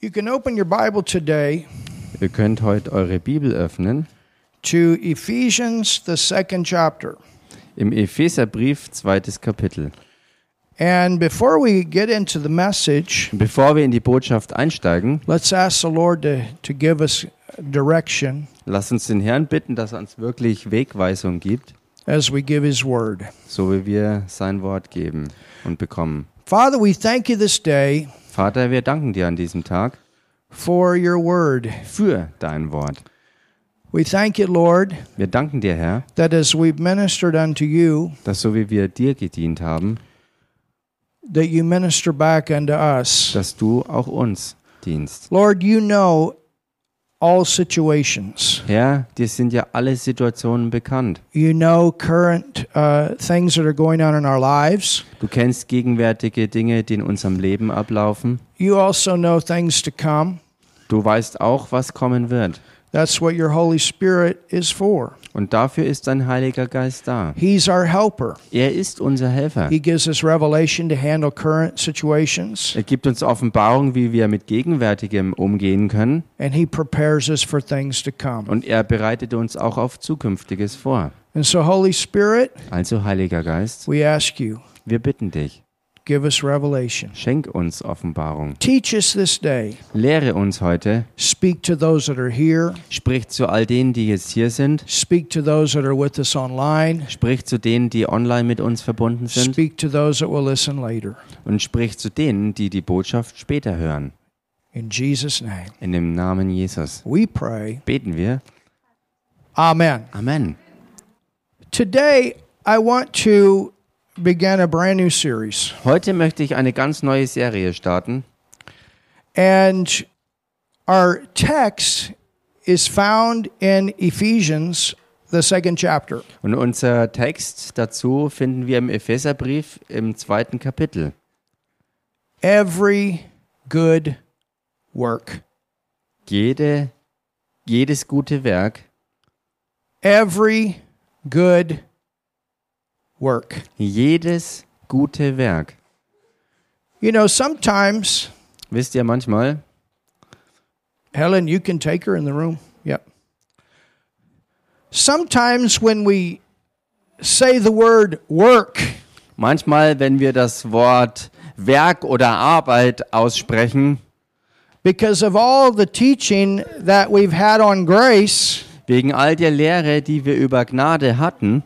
You can open your Bible today Ihr könnt heute eure Bibel öffnen to Ephesians, the second chapter. im Epheserbrief, zweites Kapitel. And before we get into the message, Bevor wir in die Botschaft einsteigen, let's ask the Lord to, to give us direction lasst uns den Herrn bitten, dass er uns wirklich Wegweisung gibt, as we give His word. so wie wir sein Wort geben und bekommen. Father, we thank you this day Vater, wir danken dir an diesem Tag for your word. für dein Wort. We thank you, Lord, Wir danken dir, Herr, that as we've ministered unto you, dass so wie wir dir gedient haben, that you minister back unto us. dass du auch uns dienst. Lord, you know all situations. Herr, dir sind ja alle Situationen bekannt. You know current uh, things that are going on in our lives. Du kennst gegenwärtige Dinge, die in unserem Leben ablaufen. You also know things to come. Du weißt auch, was kommen wird. That's what your Holy Spirit is for. Und dafür ist dein Heiliger Geist da. He's our helper. Er ist unser Helfer. He gives us revelation to handle current situations, Er gibt uns Offenbarung, wie wir mit Gegenwärtigem umgehen können. and He prepares us for things to come. Und er bereitet uns auch auf Zukünftiges vor. And so, Holy Spirit, Also, Heiliger Geist, we ask you, wir bitten dich, give us revelation. schenk uns Offenbarung. Teach us this day. Lehre uns heute. Speak to those that are here. Sprich zu all denen, die jetzt hier sind. Speak to those that are with us online. Sprich zu denen, die online mit uns verbunden sind. Speak to those that will listen later. Und sprich zu denen, die die Botschaft später hören. In Jesus' name, In dem Namen Jesus. we pray. Beten wir. Amen. Amen. Today, I want to begin a brand new series. Heute möchte ich eine ganz neue Serie starten. And our text is found in Ephesians, the second chapter. Und unser Text dazu finden wir im Epheserbrief im zweiten Kapitel. Every good work, Jede, jedes gute Werk, every good work. jedes gute Werk. You know, sometimes, Wisst ihr manchmal, Helen, you can take her in the room. Yep. Sometimes when we say the word work, manchmal, wenn wir das Wort Werk oder Arbeit aussprechen, because of all the teaching that we've had on grace, wegen all der Lehre, die wir über Gnade hatten,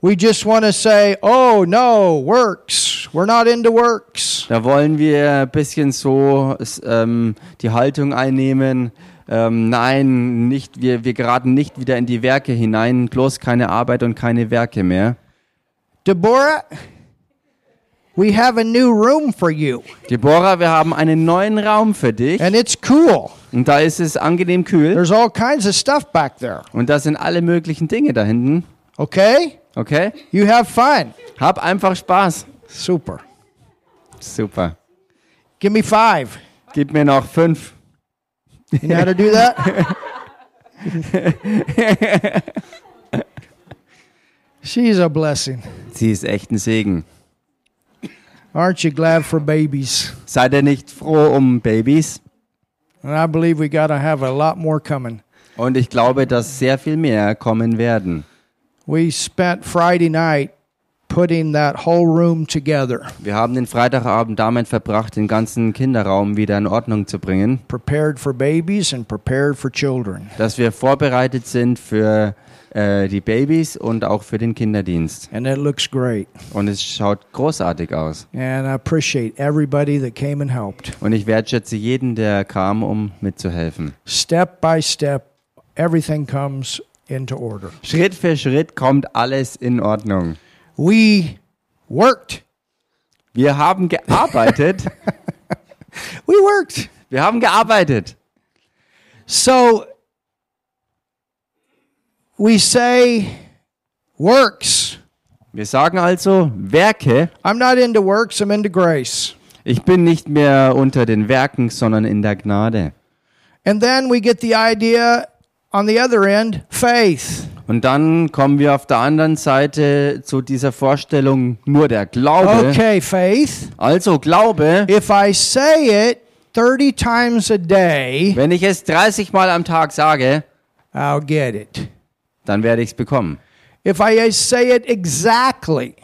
We just want to say, oh no, works. We're not into works. da wollen wir ein bisschen so s- ähm, die Haltung einnehmen. Ähm, nein, nicht, wir, wir geraten nicht wieder in die Werke hinein, bloß keine Arbeit und keine Werke mehr. Deborah, we have a new room for you, Deborah, wir haben einen neuen Raum für dich and it's cool. und da ist es angenehm kühl There's all kinds of stuff back there. und da sind alle möglichen Dinge da hinten. Okay? Okay? You have fun. Hab einfach Spaß. Super. Super. Give me five. Gib mir noch fünf. You know how to do that? She's a blessing. Sie ist echt ein Segen. Aren't you glad for babies? Seid ihr nicht froh um Babys? And I believe we got to have a lot more coming. Und ich glaube, dass sehr viel mehr kommen werden. We spent Friday night putting that whole room together, Wir haben den Freitagabend damit verbracht, den ganzen Kinderraum wieder in Ordnung zu bringen, prepared for babies and prepared for children. dass wir vorbereitet sind für äh, die Babys und auch für den Kinderdienst. And it looks great. Und es schaut großartig aus. And I appreciate everybody that came and helped. Und ich wertschätze jeden, der kam, um mitzuhelfen. Step by step, everything comes into order. Schritt für Schritt kommt alles in Ordnung. We worked. Wir haben gearbeitet. We worked. Wir haben gearbeitet. So we say works. Wir sagen also Werke. I'm not into works, I'm into grace. Ich bin nicht mehr unter den Werken, sondern in der Gnade. And then we get the idea on the other end faith. Und dann kommen wir auf der anderen Seite zu dieser Vorstellung nur der Glaube. Okay, faith. Also Glaube, If I say it, 30 times a day, Wenn ich es 30 Mal am Tag sage, I'll get it. dann werde ich es bekommen. If I say it exactly,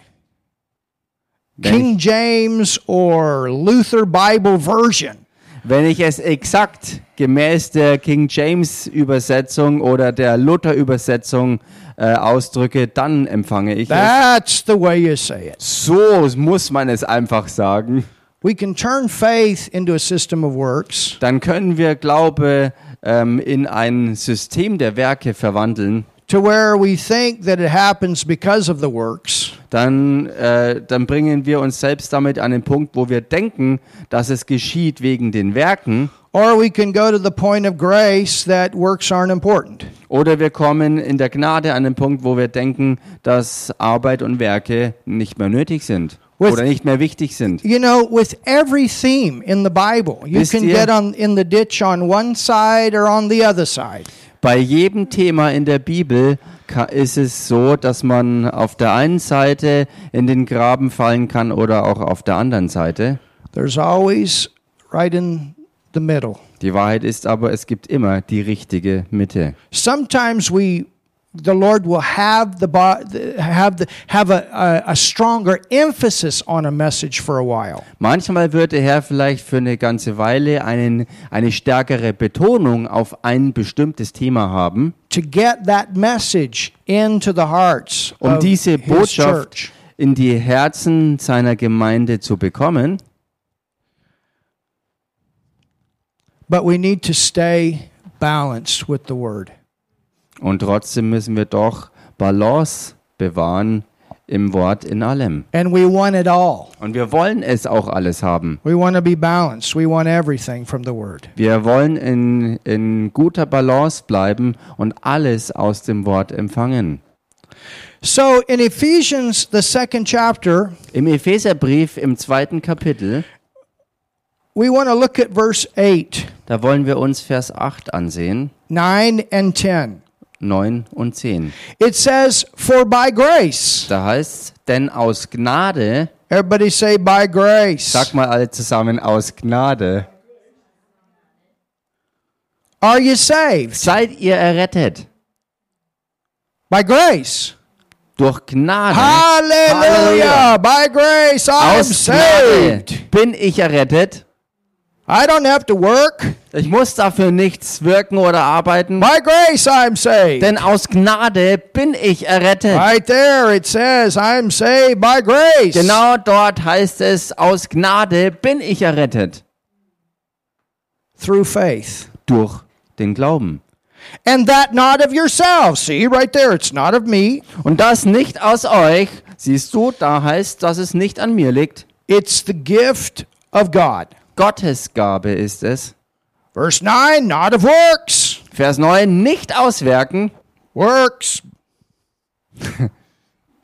Wenn ich, King James or Luther Bible version, wenn ich es exakt gemäß der King James Übersetzung oder der Luther Übersetzung äh, ausdrücke, dann empfange ich es. that's the way you say it. So muss man es einfach sagen. We can turn faith into a system of works. Dann können wir Glaube ähm, in ein System der Werke verwandeln. to where we think that it happens because of the works, Dann, äh, dann bringen wir uns selbst damit an den Punkt, wo wir denken, dass es geschieht wegen den Werken. or we can go to the point of grace that works aren't important. Oder wir kommen in der Gnade an den Punkt, wo wir denken, dass Arbeit und Werke nicht mehr nötig sind Was- oder nicht mehr wichtig sind. You know, with every theme in the Bible, you Wisst can ihr- get on in the ditch on one side or on the other side. Bei jedem Thema in der Bibel ka- ist es so, dass man auf der einen Seite in den Graben fallen kann oder auch auf der anderen Seite. There's always right in the middle. Die Wahrheit ist aber, es gibt immer die richtige Mitte. Sometimes we the Lord will have the bo- the- have the, have a, a, a stronger emphasis on a message for a while. Manchmal wird der Herr vielleicht für eine ganze Weile einen, eine stärkere Betonung auf ein bestimmtes Thema haben. to get that message into the hearts um of diese his Botschaft church. in die Herzen seiner Gemeinde zu bekommen. But we need to stay balanced with the word. Und trotzdem müssen wir doch Balance bewahren im Wort in allem. And we want it all. Und wir wollen es auch alles haben. We want to be balanced. We want everything from the word. Wir wollen in, in guter Balance bleiben und alles aus dem Wort empfangen. So in Ephesians, the second chapter, Im Epheserbrief im zweiten Kapitel, we want to look at verse 8, da wollen wir uns Vers 8 ansehen, 9, and 10. 9 und 10. It says, For by grace, Da heißt, denn aus Gnade, everybody say, by grace, sag mal alle zusammen, aus Gnade. are you saved? Seid ihr errettet? By grace. Durch Gnade. Hallelujah. Halleluja. By grace, I am Aus Gnade saved. bin ich errettet. I don't have to work. Ich muss dafür nichts wirken oder arbeiten, By grace I'm saved. denn aus Gnade bin ich errettet. Right there it says, I'm saved by grace. Genau dort heißt es, aus Gnade bin ich errettet. Through faith. Durch den Glauben. And that not of yourselves. See, right there, it's not of me. Und das nicht aus euch. Siehst du, da heißt, dass es nicht an mir liegt. It's the gift of God. Gottes Gabe ist es. Verse 9, not of works. Vers 9, nicht auswerken. Works.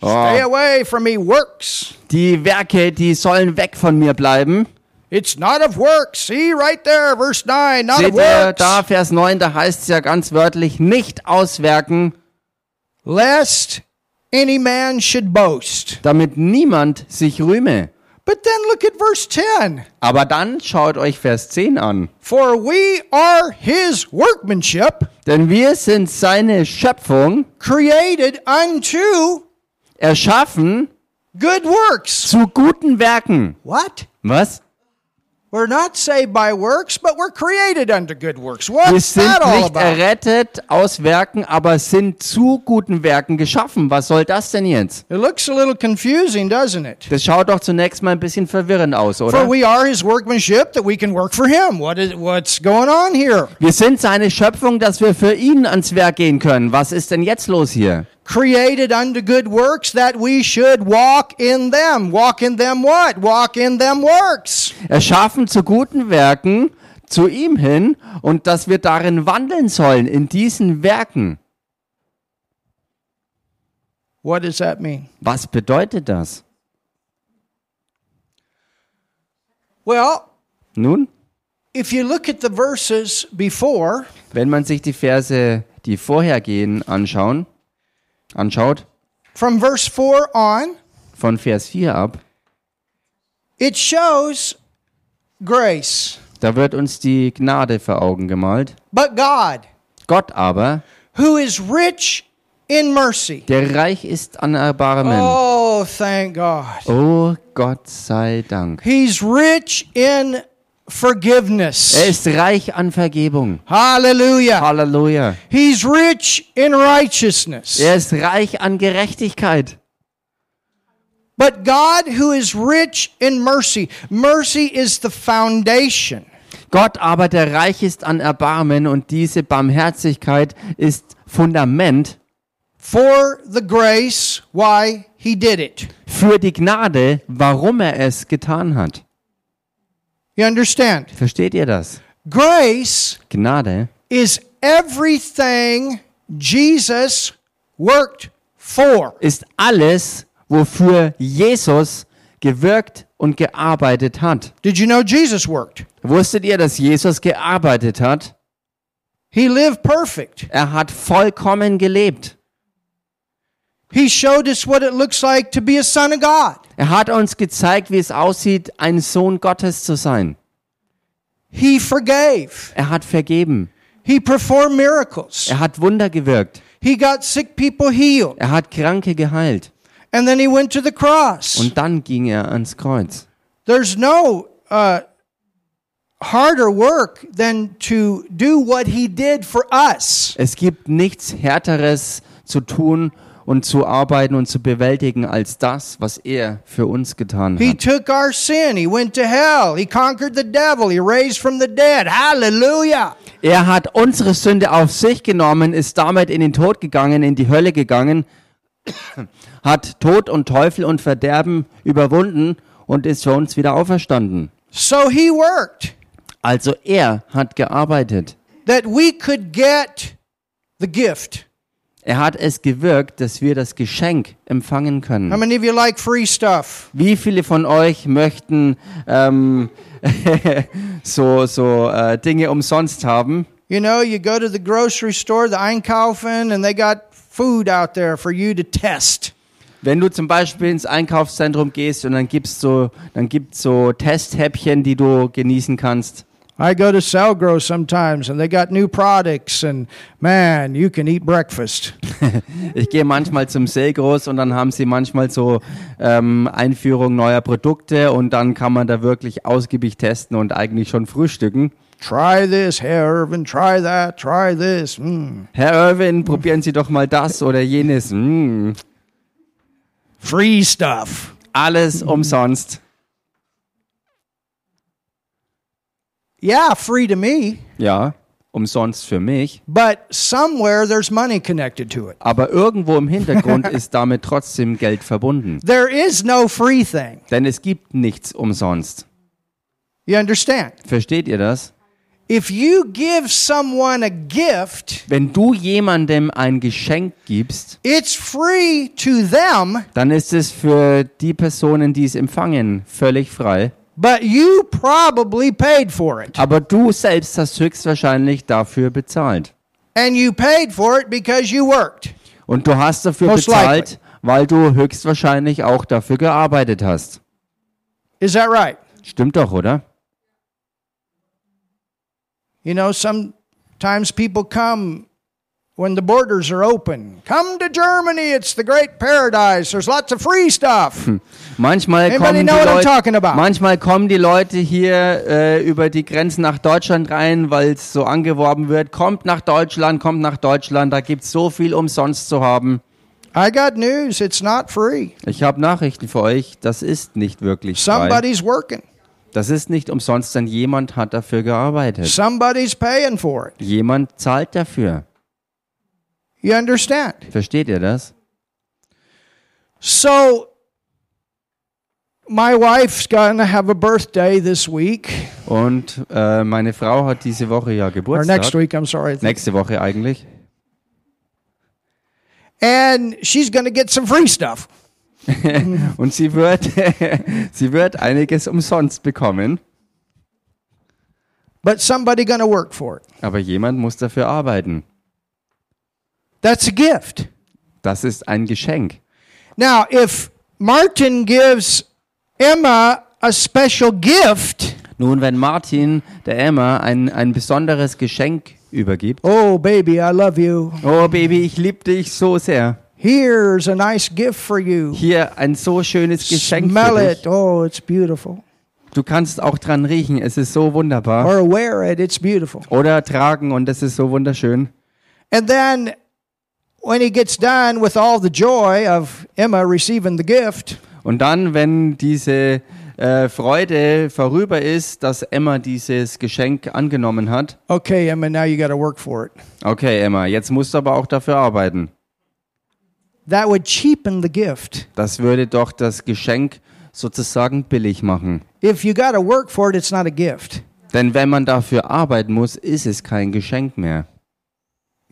Stay away from me, works. Die Werke, die sollen weg von mir bleiben. It's not of works. See, right there, verse 9, not Seht of ihr, works. da Vers 9, da heißt es ja ganz wörtlich, nicht auswerken, Lest any man should boast. damit niemand sich rühme. But then look at verse 10. Aber dann schaut euch Vers 10 an. For we are his workmanship, Denn wir sind seine Schöpfung, created unto erschaffen good works. zu guten Werken. What? Was? We're not saved by works, but we're created unto good works. Wir What's sind that all nicht about? errettet aus Werken, aber sind zu guten Werken geschaffen. Was soll das denn jetzt? It looks a little confusing, doesn't it? Das schaut doch zunächst mal ein bisschen verwirrend aus, For oder? we are his workmanship that we can work for him. What is what's going on here? Wir sind seine Schöpfung, dass wir für ihn ans Werk gehen können. Was ist denn jetzt los hier? Created unto good works that we should walk in them. Walk in them what? Walk in them works. erschaffen zu guten Werken zu ihm hin und dass wir darin wandeln sollen, in diesen Werken. What does that mean? Was bedeutet das? Well, Nun, if you look at the verses before, wenn man sich die Verse, die vorhergehen, anschauen, anschaut, from verse 4 on, von Vers 4 ab, it shows grace. Da wird uns die Gnade vor Augen gemalt. But God, Gott aber, who is rich in mercy. der reich ist an Erbarmen. Oh, thank God. Oh Gott sei Dank. He's rich in Er forgiveness. ist reich an Vergebung. Hallelujah. Halleluja. He's rich in righteousness. Er ist reich an Gerechtigkeit. But God, who is rich in mercy, mercy is the foundation. Gott aber, der reich ist an Erbarmen und diese Barmherzigkeit ist Fundament for the grace why he did it. für die Gnade, warum er es getan hat. You understand? Versteht ihr das? Grace Gnade is everything Jesus worked for. ist alles, wofür Jesus gewirkt und gearbeitet hat. Did you know Jesus worked? Wusstet ihr, dass Jesus gearbeitet hat? He lived perfect. Er hat vollkommen gelebt. He showed us what it looks like to be a son of God. Er hat uns gezeigt, wie es aussieht, ein Sohn Gottes zu sein. He forgave. Er hat vergeben. He performed miracles. Er hat Wunder gewirkt. He got sick people healed. Er hat Kranke geheilt. And then he went to the cross. Und dann ging er ans Kreuz. There's no uh, harder work than to do what he did for us. Es gibt nichts Härteres zu tun und zu arbeiten und zu bewältigen als das, was er für uns getan He hat. took our sin. He went to hell. He conquered the devil. He raised from the dead. Hallelujah. Er hat unsere Sünde auf sich genommen, ist damit in den Tod gegangen, in die Hölle gegangen, hat Tod und Teufel und Verderben überwunden und ist für uns wieder auferstanden. So he worked Also er hat gearbeitet. that we could get the gift. Er hat es gewirkt, dass wir das Geschenk empfangen How können. many of you like free stuff? Wie viele von euch möchten ähm, so, so äh, Dinge umsonst haben? You know, you go to the grocery store, the Einkaufen, and they got food out there for you to test. Wenn du zum Beispiel ins Einkaufszentrum gehst und dann gibt's so, dann gibt's so Testhäppchen, die du genießen kannst. I go to Selgro sometimes, and they got new products, and man, you can eat breakfast. Ich gehe manchmal zum Selgros und dann haben sie manchmal so ähm, Einführung neuer Produkte und dann kann man da wirklich ausgiebig testen und eigentlich schon frühstücken. try this, hair, and try that, try this. Mm. Herr Irwin, probieren Sie doch mal das oder jenes. Mm, Free stuff. alles umsonst. Yeah, free to me. Ja, umsonst für mich. But somewhere there's money connected to it. Aber irgendwo im Hintergrund ist damit trotzdem Geld verbunden. There is no free thing. Denn es gibt nichts umsonst. You understand? Versteht ihr das? If you give someone a gift, Wenn du jemandem ein Geschenk gibst, it's free to them, dann ist es für die Personen, die es empfangen, völlig frei. but you probably paid for it. Aber du selbst hast höchstwahrscheinlich dafür bezahlt. And you paid for it because you worked. Und du hast dafür Most bezahlt, weil du höchstwahrscheinlich auch dafür gearbeitet hast. Is that right? Stimmt doch, oder? You know, sometimes people come when the borders are open. Come to Germany, it's the great paradise. There's lots of free stuff. Manchmal Anybody kommen, die know what I'm talking Leute, about? manchmal kommen die Leute hier äh, über die Grenzen nach Deutschland rein, weil es so angeworben wird. Kommt nach Deutschland, kommt nach Deutschland, da gibt es so viel umsonst zu haben. I got news, it's not free. Ich habe Nachrichten für euch, das ist nicht wirklich frei. Somebody's working. Das ist nicht umsonst, denn jemand hat dafür gearbeitet. Somebody's paying for it. Jemand zahlt dafür. You understand? Versteht ihr das? So my wife's gonna have a birthday this week Und äh, meine Frau hat diese Woche ja or next Geburtstag. week, I'm sorry. Nächste Woche eigentlich. And she's gonna get some free stuff. Und sie wird, sie wird einiges umsonst bekommen. But somebody gonna work for it. Aber jemand muss dafür arbeiten. That's a gift. Das ist ein Geschenk. Now, if Martin gives Emma a special gift, Nun, wenn Martin der Emma ein, ein besonderes Geschenk übergibt, Oh, baby, I love you. oh Baby, ich liebe dich so sehr. Here's a nice gift for you. Hier ein so schönes Geschenk Smell für it. dich. Oh, it's beautiful. Du kannst auch dran riechen, es ist so wunderbar. Or wear it. It's beautiful. Oder tragen und es ist so wunderschön. And then when he gets done with all the joy of Emma receiving the gift, Und dann, wenn diese äh, Freude vorüber ist, dass Emma dieses Geschenk angenommen hat, okay, Emma, now you got to work for it. okay Emma, jetzt musst du aber auch dafür arbeiten. That would cheapen the gift. Das würde doch das Geschenk sozusagen billig machen. If you got to work for it, it's not a gift. Denn wenn man dafür arbeiten muss, ist es kein Geschenk mehr.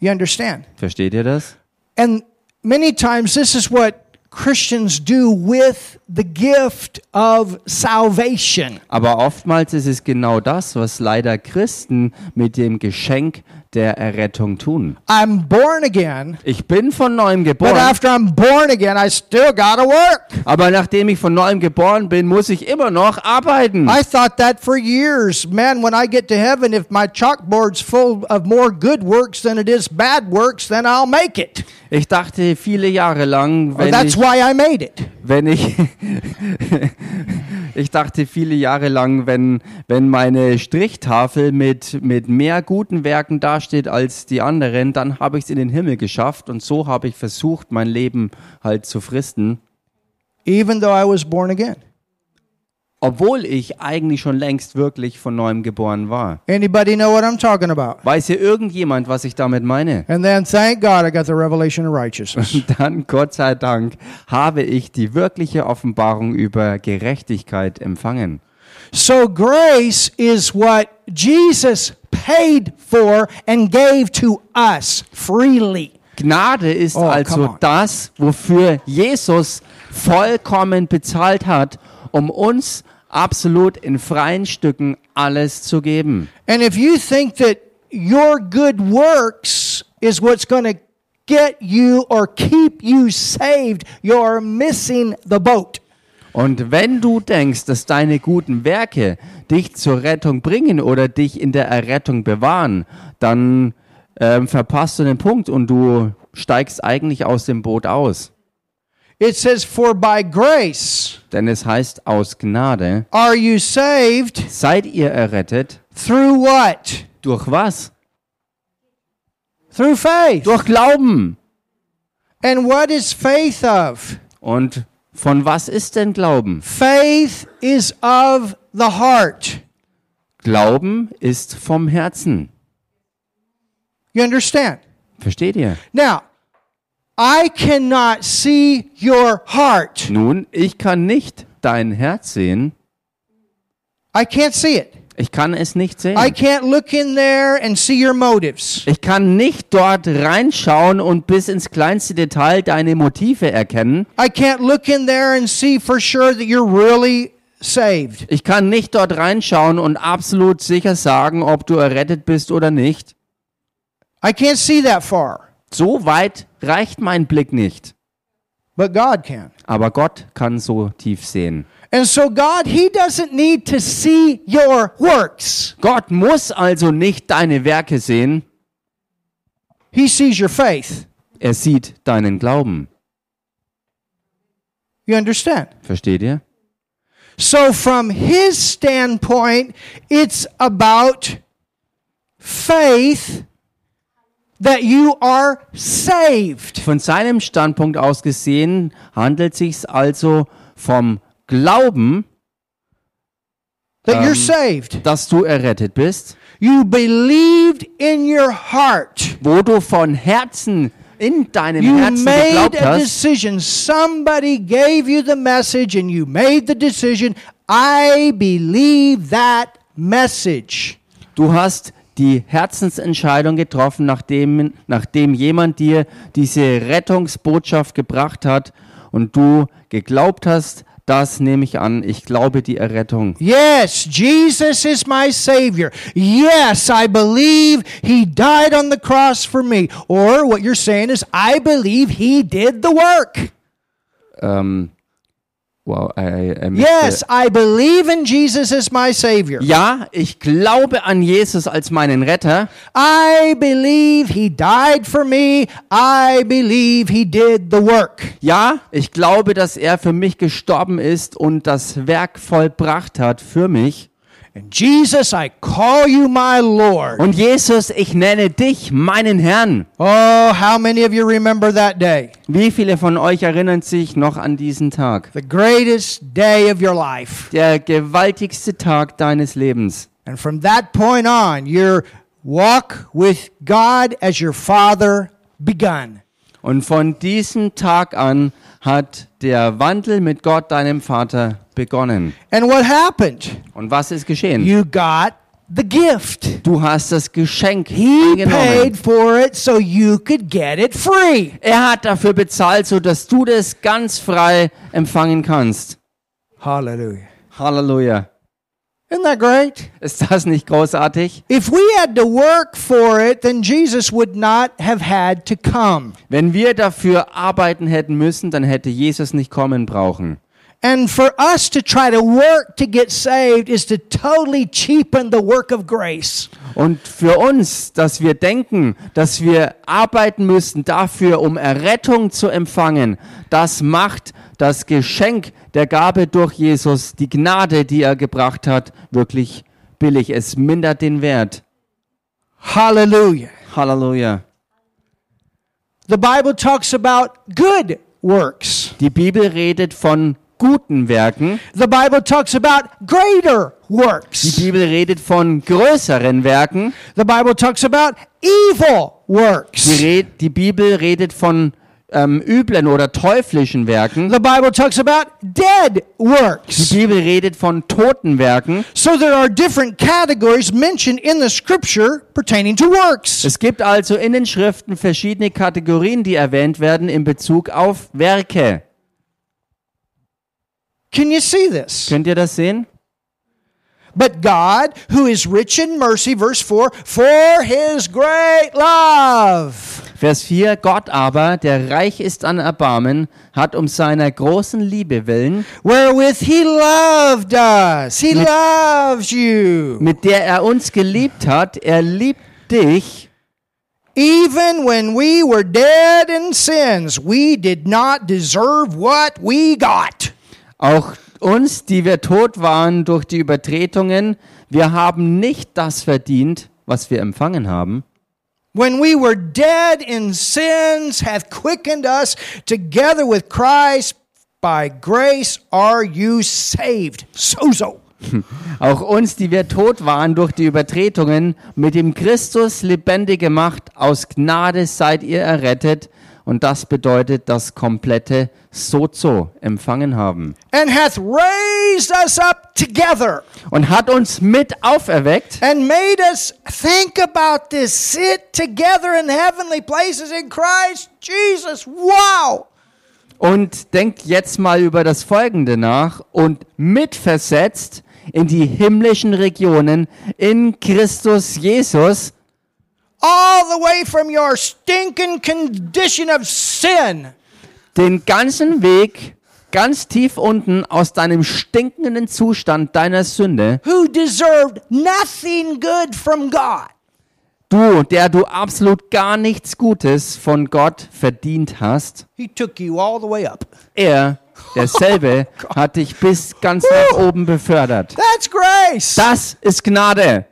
You understand? Versteht ihr das? And many times, this is what Christians do with the gift of salvation. Aber oftmals ist es genau das, was leider Christen mit dem Geschenk der Errettung tun. I'm born again, Ich bin von neuem but geboren, after I'm born again, I still got to work. aber nachdem ich von neuem geboren bin, muss ich immer noch arbeiten. I thought that for years. Man, when I get to heaven, if my chalkboard's full of more good works than it is bad works, then I'll make it. Ich dachte viele Jahre lang, Or wenn that's ich, why I made it. wenn ich, ich dachte viele Jahre lang, wenn, wenn meine Strichtafel mit, mit mehr guten Werken dasteht als die anderen, dann habe ich es in den Himmel geschafft und so habe ich versucht, mein Leben halt zu fristen, Even though I was born again. obwohl ich eigentlich schon längst wirklich von neuem geboren war. Anybody know what I'm talking about? Weiß hier irgendjemand, was ich damit meine? And then thank God I got the revelation of righteousness. Dann, Gott sei Dank, habe ich die wirkliche Offenbarung über Gerechtigkeit empfangen. So grace is what Jesus paid for and gave to us freely. Gnade ist Oh, come also on. das, wofür Jesus vollkommen bezahlt hat, um uns absolut in freien Stücken alles zu geben. And if you think that your good works is what's going to get you or keep you saved, you're missing the boat. Und wenn du denkst, dass deine guten Werke dich zur Rettung bringen oder dich in der Errettung bewahren, dann ähm, verpasst du den Punkt und du steigst eigentlich aus dem Boot aus. It says, For by grace Denn es heißt aus Gnade, are you saved seid ihr errettet, through what? durch was? Through faith. Durch Glauben. And what is faith of? Und von was ist denn Glauben? Faith is of the heart. Glauben ist vom Herzen. You understand? Versteht ihr? Now, I cannot see your heart. Nun, ich kann nicht dein Herz sehen. I can't see it. Ich kann es nicht I sehen. can't look in there and see your motives. Ich kann nicht dort reinschauen und bis ins kleinste Detail deine Motive erkennen. I can't look in there and see for sure that you're really saved. Ich kann nicht dort reinschauen und absolut sicher sagen, ob du errettet bist oder nicht. I can't see that far, So weit reicht mein Blick nicht. but God can. Aber Gott kann so tief sehen. And so, God, He doesn't need to see your works, Gott muss also nicht deine Werke sehen. He sees your faith. Er sieht deinen Glauben. You understand? Versteht ihr? So, from His standpoint, it's about faith that you are saved. Von seinem Standpunkt aus gesehen handelt sich's also vom Glauben, That you're saved. dass du errettet bist, You believed in your heart. wo du von Herzen in deinem You Herzen made geglaubt a hast. decision. Somebody gave you the message and you made the decision. I believe that message. Du hast die Herzensentscheidung getroffen, nachdem, nachdem jemand dir diese Rettungsbotschaft gebracht hat und du geglaubt hast, das nehme ich an, ich glaube die Errettung. Yes, Jesus is my Savior. Yes, I believe He died on the cross for me. Or what you're saying is, I believe He did the work. Wow, I, I missed Yes, it. I believe in Jesus as my Savior. Ja, ich glaube an Jesus als meinen Retter. I believe He died for me. I believe He did the work. Ja, ich glaube, dass er für mich gestorben ist und das Werk vollbracht hat für mich. And Jesus, I call you my Lord. Und Jesus, ich nenne dich meinen Herrn. Oh, how many of you remember that day? Wie viele von euch erinnern sich noch an diesen Tag? The greatest day of your life. Der gewaltigste Tag deines Lebens. And from that point on, your walk with God as your Father begun. Und von diesem Tag an hat der Wandel mit Gott, deinem Vater, begonnen. And what happened? Und was ist geschehen? You got the gift. Du hast das Geschenk He angenommen. paid for it so you could get it free. Er hat dafür bezahlt, sodass du das ganz frei empfangen kannst. Hallelujah. Halleluja. Isn't that great? Ist das nicht großartig? If we had to work for it, then Jesus would not have had to come. Wenn wir dafür arbeiten hätten müssen, dann hätte Jesus nicht kommen brauchen. And for us to try to work to get saved is to totally cheapen the work of grace. Und für uns, dass wir denken, dass wir arbeiten müssen dafür, um Errettung zu empfangen, das macht das Geschenk der Gabe durch Jesus, die Gnade, die er gebracht hat, wirklich billig. Es mindert den Wert. Hallelujah. Halleluja. The Bible talks about good works. Die Bibel redet von guten Werken. The Bible talks about greater Die works. Bibel redet von größeren Werken. The Bible talks about evil Die, works. Red, die Bibel redet von ähm, üblen oder teuflischen Werken. The Bible talks about dead Die works. Bibel redet von toten Werken. So there are different categories mentioned in the scripture pertaining to works. Es gibt also in den Schriften verschiedene Kategorien, die erwähnt werden in Bezug auf Werke. Can you see this? Könnt ihr das sehen? But God, who is rich in mercy, verse 4, for his great love. Vers 4. Gott aber, der reich ist an Erbarmen, hat um seiner großen Liebe willen, Wherewith he loved us. He loves you. mit der er uns geliebt hat, er liebt dich. Even when we were dead in sins, we did not deserve what we got. Auch uns, die wir tot waren durch die Übertretungen, wir haben nicht das verdient, was wir empfangen haben. When we were dead in sins, hath quickened us together with Christ. By grace are you saved. Sozo. Auch uns, die wir tot waren durch die Übertretungen, mit dem Christus lebendig gemacht, aus Gnade seid ihr errettet. Und das bedeutet das komplette Sozo empfangen haben. And hath raised us up together. Und hat uns mit auferweckt and made us think about this, sit together in heavenly places in Christ Jesus. Wow! und denkt jetzt mal über das Folgende nach und mitversetzt in die himmlischen Regionen in Christus Jesus, All the way from your stinking condition of sin den ganzen Weg ganz tief unten aus deinem stinkenden Zustand deiner Sünde who deserved nothing good from God. Du, der du absolut gar nichts Gutes von Gott verdient hast, He took you all the way up. er, derselbe, hat dich bis ganz nach oben befördert. That's grace. Das ist Gnade.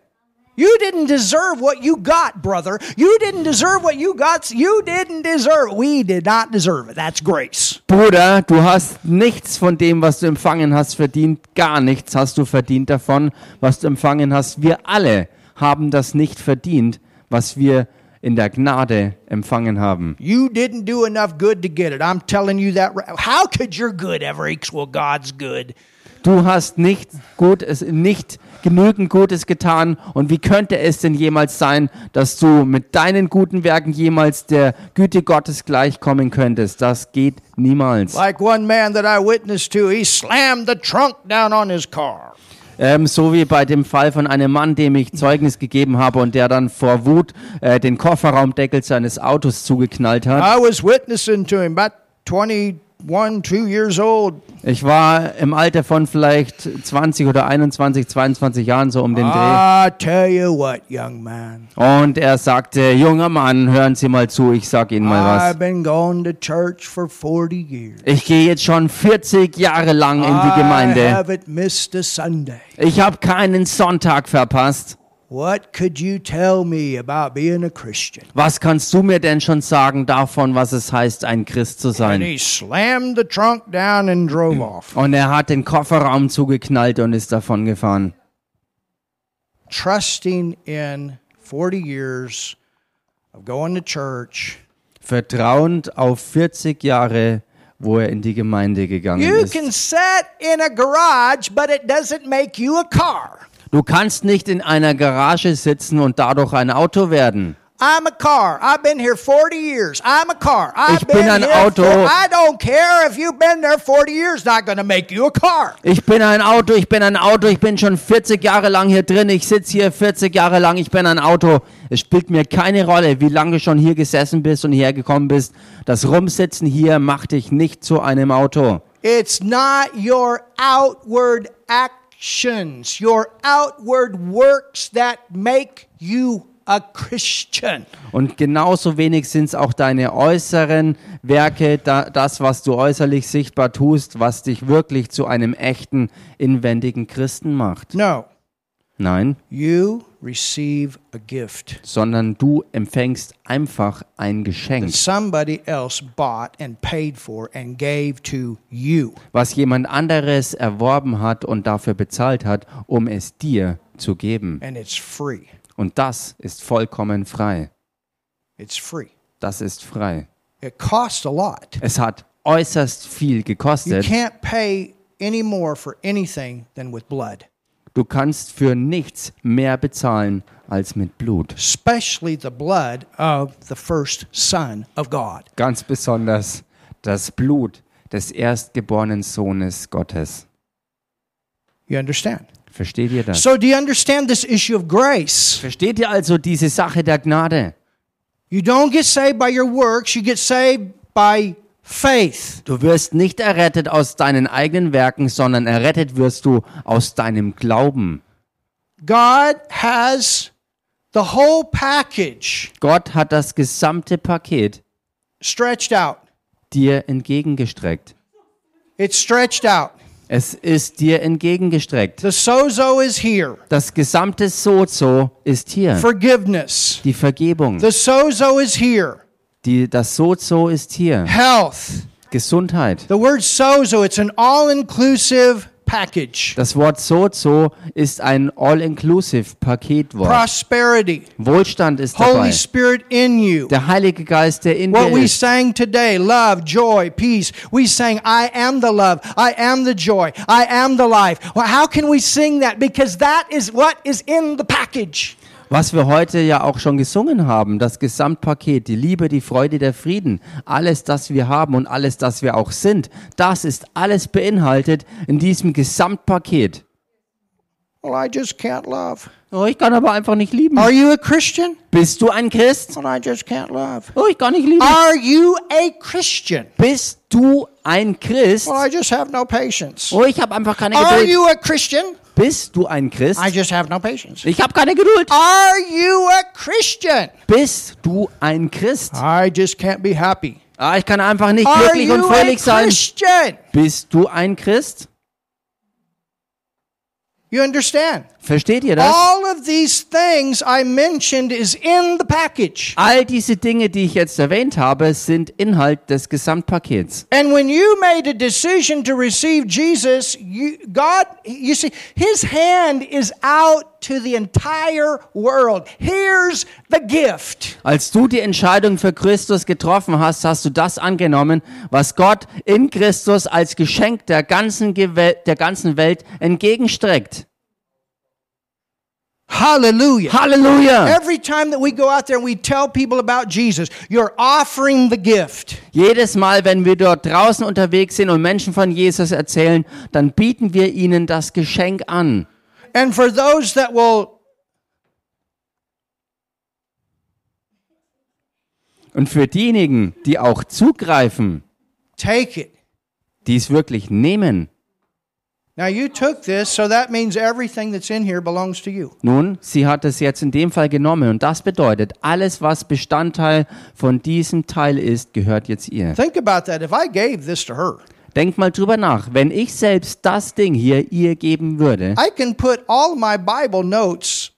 You didn't deserve what you got, brother. You didn't deserve what you got. You didn't deserve. We did not deserve it. That's grace. Bruder, du hast nichts von dem, was du empfangen hast, verdient. Gar nichts hast du verdient davon, was du empfangen hast. Wir alle haben das nicht verdient, was wir in der Gnade empfangen haben. You didn't do enough good to get it. I'm telling you that. right- How could your good ever equal God's good? Du hast nicht Gutes, nicht genügend Gutes getan. Und wie könnte es denn jemals sein, dass du mit deinen guten Werken jemals der Güte Gottes gleichkommen könntest? Das geht niemals. Like one man that I witnessed to, he slammed the trunk down on his car. Ähm, so wie bei dem Fall von einem Mann, dem ich Zeugnis gegeben habe und der dann vor Wut äh, Ah. den Kofferraumdeckel seines Autos zugeknallt hat. I was witnessing to him about 20, one, two years old. Ich war im Alter von vielleicht 20 oder 21, 22 Jahren so um den I tell you what, young man. Dreh. Und er sagte, junger Mann, hören Sie mal zu, ich sag Ihnen mal was. I've been going to church for 40 years. Ich gehe jetzt schon 40 Jahre lang in Ah. die I Gemeinde. haven't missed a Sunday. Ich habe keinen Sonntag verpasst. What could you tell me about being a Christian? Was kannst du mir denn schon sagen davon, was es heißt, ein Christ zu And sein? he slammed the trunk down and drove off. Und er hat den Kofferraum zugeknallt und ist davon gefahren. Trusting in 40 years of going to church. Vertrauend auf 40 Jahre, wo er in die Gemeinde gegangen You ist. can sit in a garage, but it doesn't make you a car. Du kannst nicht in einer Garage sitzen und dadurch ein Auto werden. I'm a car. I've been here 40 years. I'm a car. I've Ich bin been ein here Auto. For, I don't care if you've been there 40 years. Not going to make you a car. Ich bin ein Auto, ich bin ein Auto, ich bin schon 40 Jahre lang hier drin, ich sitze hier 40 Jahre lang, ich bin ein Auto. Es spielt mir keine Rolle, wie lange du schon hier gesessen bist und hierher gekommen bist. Das Rumsitzen hier macht dich nicht zu einem Auto. It's not your outward actions, your outward works that make you a Christian. Und genauso wenig sind es auch deine äußeren Werke, da, das, was du äußerlich sichtbar tust, was dich wirklich zu einem echten, inwendigen Christen macht. No, Nein, you receive a gift sondern du empfängst einfach ein Geschenk, somebody else bought and paid for and gave to you. was jemand anderes erworben hat und dafür bezahlt hat, um es dir zu geben. And it's free. Und das ist vollkommen frei. It's free. Das ist frei. It costs a lot. Es hat äußerst viel You gekostet. can't pay any more for anything than with blood, Du kannst für nichts mehr bezahlen als mit Blut. especially the blood of the first Son of God. ganz besonders das Blut des erstgeborenen Sohnes Gottes. You understand? Versteht ihr das? So, do you understand this issue of grace? Versteht ihr also diese Sache der Gnade? You don't get saved by your works, you get saved by faith. Du wirst nicht errettet aus deinen eigenen Werken, sondern errettet wirst du aus deinem Glauben. God has the whole package Gott hat das gesamte Paket stretched out. dir entgegengestreckt. It's stretched out. Es ist dir entgegengestreckt. The sozo is here. Das gesamte Sozo ist hier. Forgiveness. Die Vergebung. The sozo is here. Die, das Sozo ist hier. Health. Gesundheit. The word sozo, it's an all inclusive package. Das Wort Sozo ist ein All-Inclusive-Paketwort. Prosperity, Wohlstand ist Holy dabei. Spirit in you. Der Heilige Geist, der in What dir we ist. sang today love, joy, peace. We sang, I am the love, I am the joy, I am the life. Well, how can we sing that? Because that is what is in the package. Was wir heute ja auch schon gesungen haben, das Gesamtpaket, die Liebe, die Freude, der Frieden, alles, das wir haben und alles, das wir auch sind, das ist alles beinhaltet in diesem Gesamtpaket. Well, I just can't love. Oh, ich kann aber einfach nicht lieben. Are you a Christian? Bist du ein Christ? Well, I just can't love. Oh, ich kann nicht lieben. Are you a Christian? Bist du ein Christ? Well, I just have no patience. Oh, ich habe einfach keine Are Geduld. you a Christian? Bist du ein Christ? I just have no patience. Ich habe keine Geduld. Are you a Christian? Bist du ein Christ? I just can't be happy. Ah, ich kann einfach nicht Are glücklich und you a fröhlich sein. Christian? Bist du ein Christ? You understand? Versteht ihr das? All of these things I mentioned is in the package. All diese Dinge, die ich jetzt erwähnt habe, sind Inhalt des Gesamtpakets. And when you made a decision to receive Jesus, you, God, you see, His hand is out to the entire world. Here's the gift. Als du die Entscheidung für Christus getroffen hast, hast du das angenommen, was Gott in Christus als Geschenk der ganzen, Gewe der ganzen Welt entgegenstreckt. Hallelujah. Halleluja! Every time that we go out there and we tell people about Jesus, you're offering the gift. Jedes Mal, wenn wir dort draußen unterwegs sind und Menschen von Jesus erzählen, dann bieten wir ihnen das Geschenk an. And for those that will Und für diejenigen, die auch zugreifen, take it, die es wirklich nehmen. Now you took this, so that means everything that's in here belongs to you. Nun, sie hat es jetzt in dem Fall genommen und das bedeutet, alles, was Bestandteil von diesem Teil ist, gehört jetzt ihr. Think about that. If I gave this to her, Denk mal drüber nach, wenn ich selbst das Ding hier ihr geben würde, I can put all my Bible notes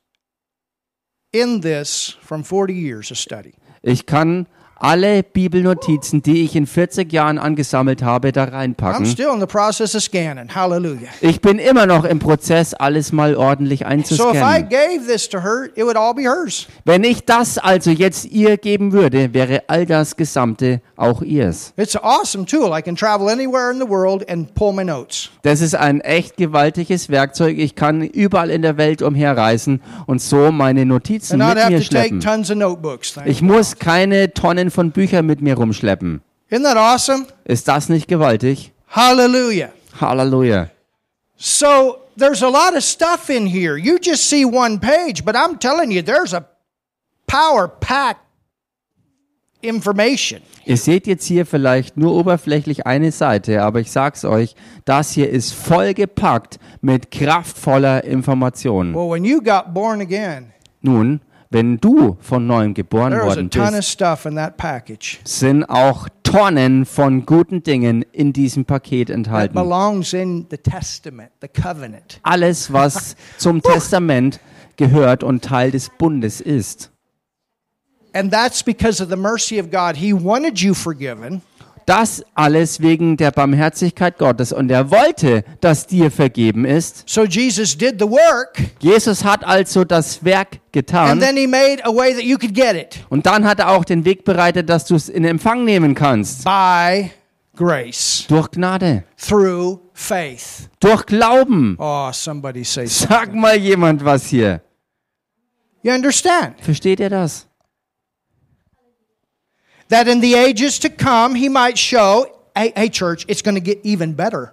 in this from 40 years of study. ich kann alle Bibelnotizen, die ich in 40 Jahren angesammelt habe, da I'm reinpacken. still in the process of scanning. Hallelujah. Ich bin immer noch im Prozess, alles mal ordentlich So if I einzuscannen. gave this to her, it would all be hers. Wenn ich das also jetzt ihr geben würde, wäre all das Gesamte auch ihrs. It's an awesome tool. I can travel anywhere in the world and pull my notes. Das ist ein echt gewaltiges Werkzeug. Ich kann überall in der Welt umherreisen und so meine Notizen And not mit have mir to take schleppen. tons of notebooks. Thank- Ich muss keine Tonnen von Büchern mit mir rumschleppen. Isn't that awesome? Ist das nicht gewaltig? Hallelujah. Halleluja. So there's a lot of stuff in here. You just see one page, but I'm telling you, there's a power packed information. Ihr seht jetzt hier vielleicht nur oberflächlich eine Seite, aber ich sag's euch, das hier ist vollgepackt mit kraftvoller Information. Well, when you got born again, Nun, wenn du von neuem geboren there was a worden ton bist, of stuff in that package sind auch Tonnen von guten Dingen in diesem Paket that enthalten. belongs in the testament, the covenant. Alles, was zum Testament gehört und Teil des Bundes ist. And that's because of the mercy of God. He wanted you forgiven. Das alles wegen der Barmherzigkeit Gottes. Und er wollte, dass dir vergeben ist. So Jesus did the work, Jesus hat also das Werk and getan. then he made a way that you could get it Und dann hat er auch den Weg bereitet, dass du es in Empfang nehmen kannst. by grace Durch Gnade. through faith. Durch Glauben. Oh, somebody say so. Sag mal jemand was hier. You understand? Versteht ihr das? that in the ages to come he might show, hey, hey church, it's going to get even better.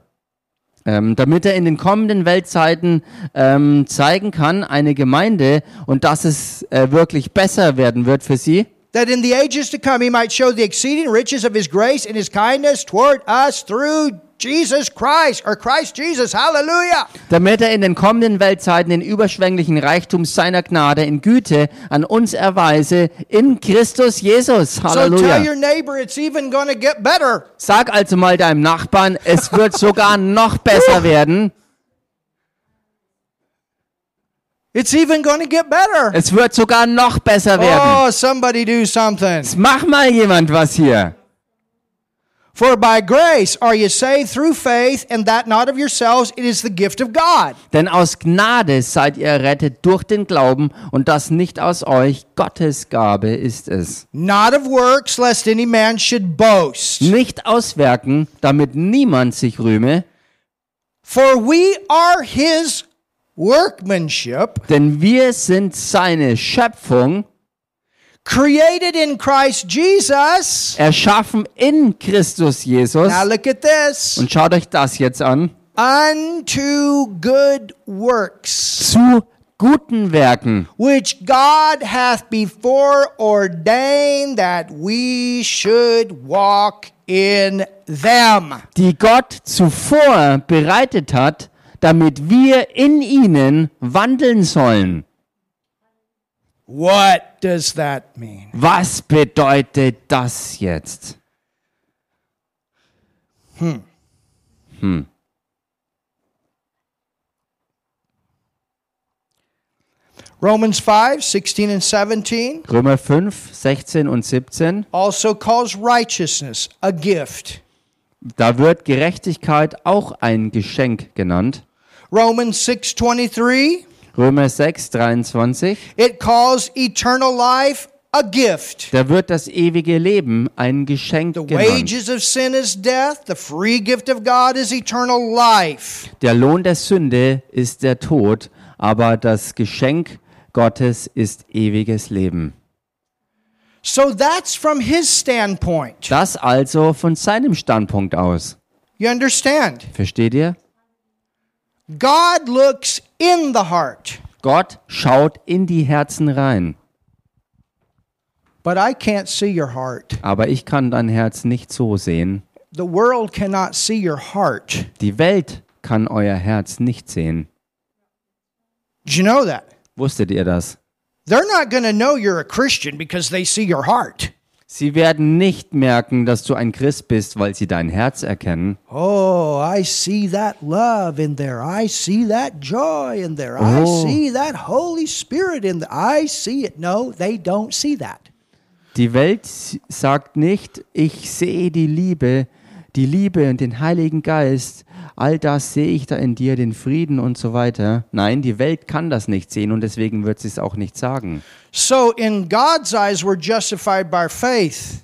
Ähm, damit er in den kommenden Weltzeiten ähm, zeigen kann, eine Gemeinde, und dass es äh, wirklich besser werden wird für sie. That in the ages to come he might show the exceeding riches of his grace and his kindness toward us through Jesus Christ or Christ Jesus. Hallelujah. damit er in den kommenden Weltzeiten den überschwänglichen Reichtum seiner Gnade in Güte an uns erweise in Christus Jesus. So tell Halleluja. your neighbor it's even going to get better. Sag also mal deinem Nachbarn, es wird sogar noch besser werden. It's even going to get better. Es wird sogar noch besser werden. Oh, somebody do something. Mach mal jemand was hier. For by grace are you saved through faith, and that not of yourselves, it is the gift of God. Denn aus Gnade seid ihr errettet durch den Glauben und das nicht aus euch. Gottes Gabe ist es. Not of works, lest any man should boast. Nicht aus Werken, damit niemand sich rühme, For we are his workmanship, denn wir sind seine Schöpfung, created in Christ Jesus. erschaffen in Christus Jesus. Now look at this. Und schaut euch das jetzt an. Unto good works, Zu guten Werken, which God hath before ordained that we should walk in them. die Gott zuvor bereitet hat, damit wir in ihnen wandeln sollen. What does that mean? Was bedeutet das jetzt? Romans 5 16 and 17 Römer 5, 16 und 17. also calls righteousness a gift. Da wird Gerechtigkeit auch ein Geschenk genannt. Romans 6 23 Römer 6, 23. It calls eternal life a gift. Da wird das ewige Leben ein Geschenk The genannt. wages of sin is death. The free gift of God is eternal life. Der Lohn der Sünde ist der Tod, aber das Geschenk Gottes ist ewiges Leben. So that's from his standpoint. Das also von seinem Standpunkt aus. You understand? Versteht ihr? God looks in the heart, Gott schaut in die Herzen rein, but I can't see your heart. aber ich kann dein Herz nicht so sehen. The world cannot see your heart. Die Welt kann euer Herz nicht sehen. Did you know that? Wusstet ihr das? They're not going to know you're a Christian because they see your heart. Sie werden nicht merken, dass du ein Christ bist, weil sie dein Herz erkennen. Oh, I see that love in there. I see that joy in there. Oh. I see that Holy Spirit in there. I see it. No, they don't see that. Die Welt s- sagt nicht, ich sehe die Liebe, die Liebe und den Heiligen Geist, all das sehe ich da in dir, den Frieden und so weiter. Nein, die Welt kann das nicht sehen und deswegen wird sie es auch nicht sagen. So, in God's eyes, we're justified by faith.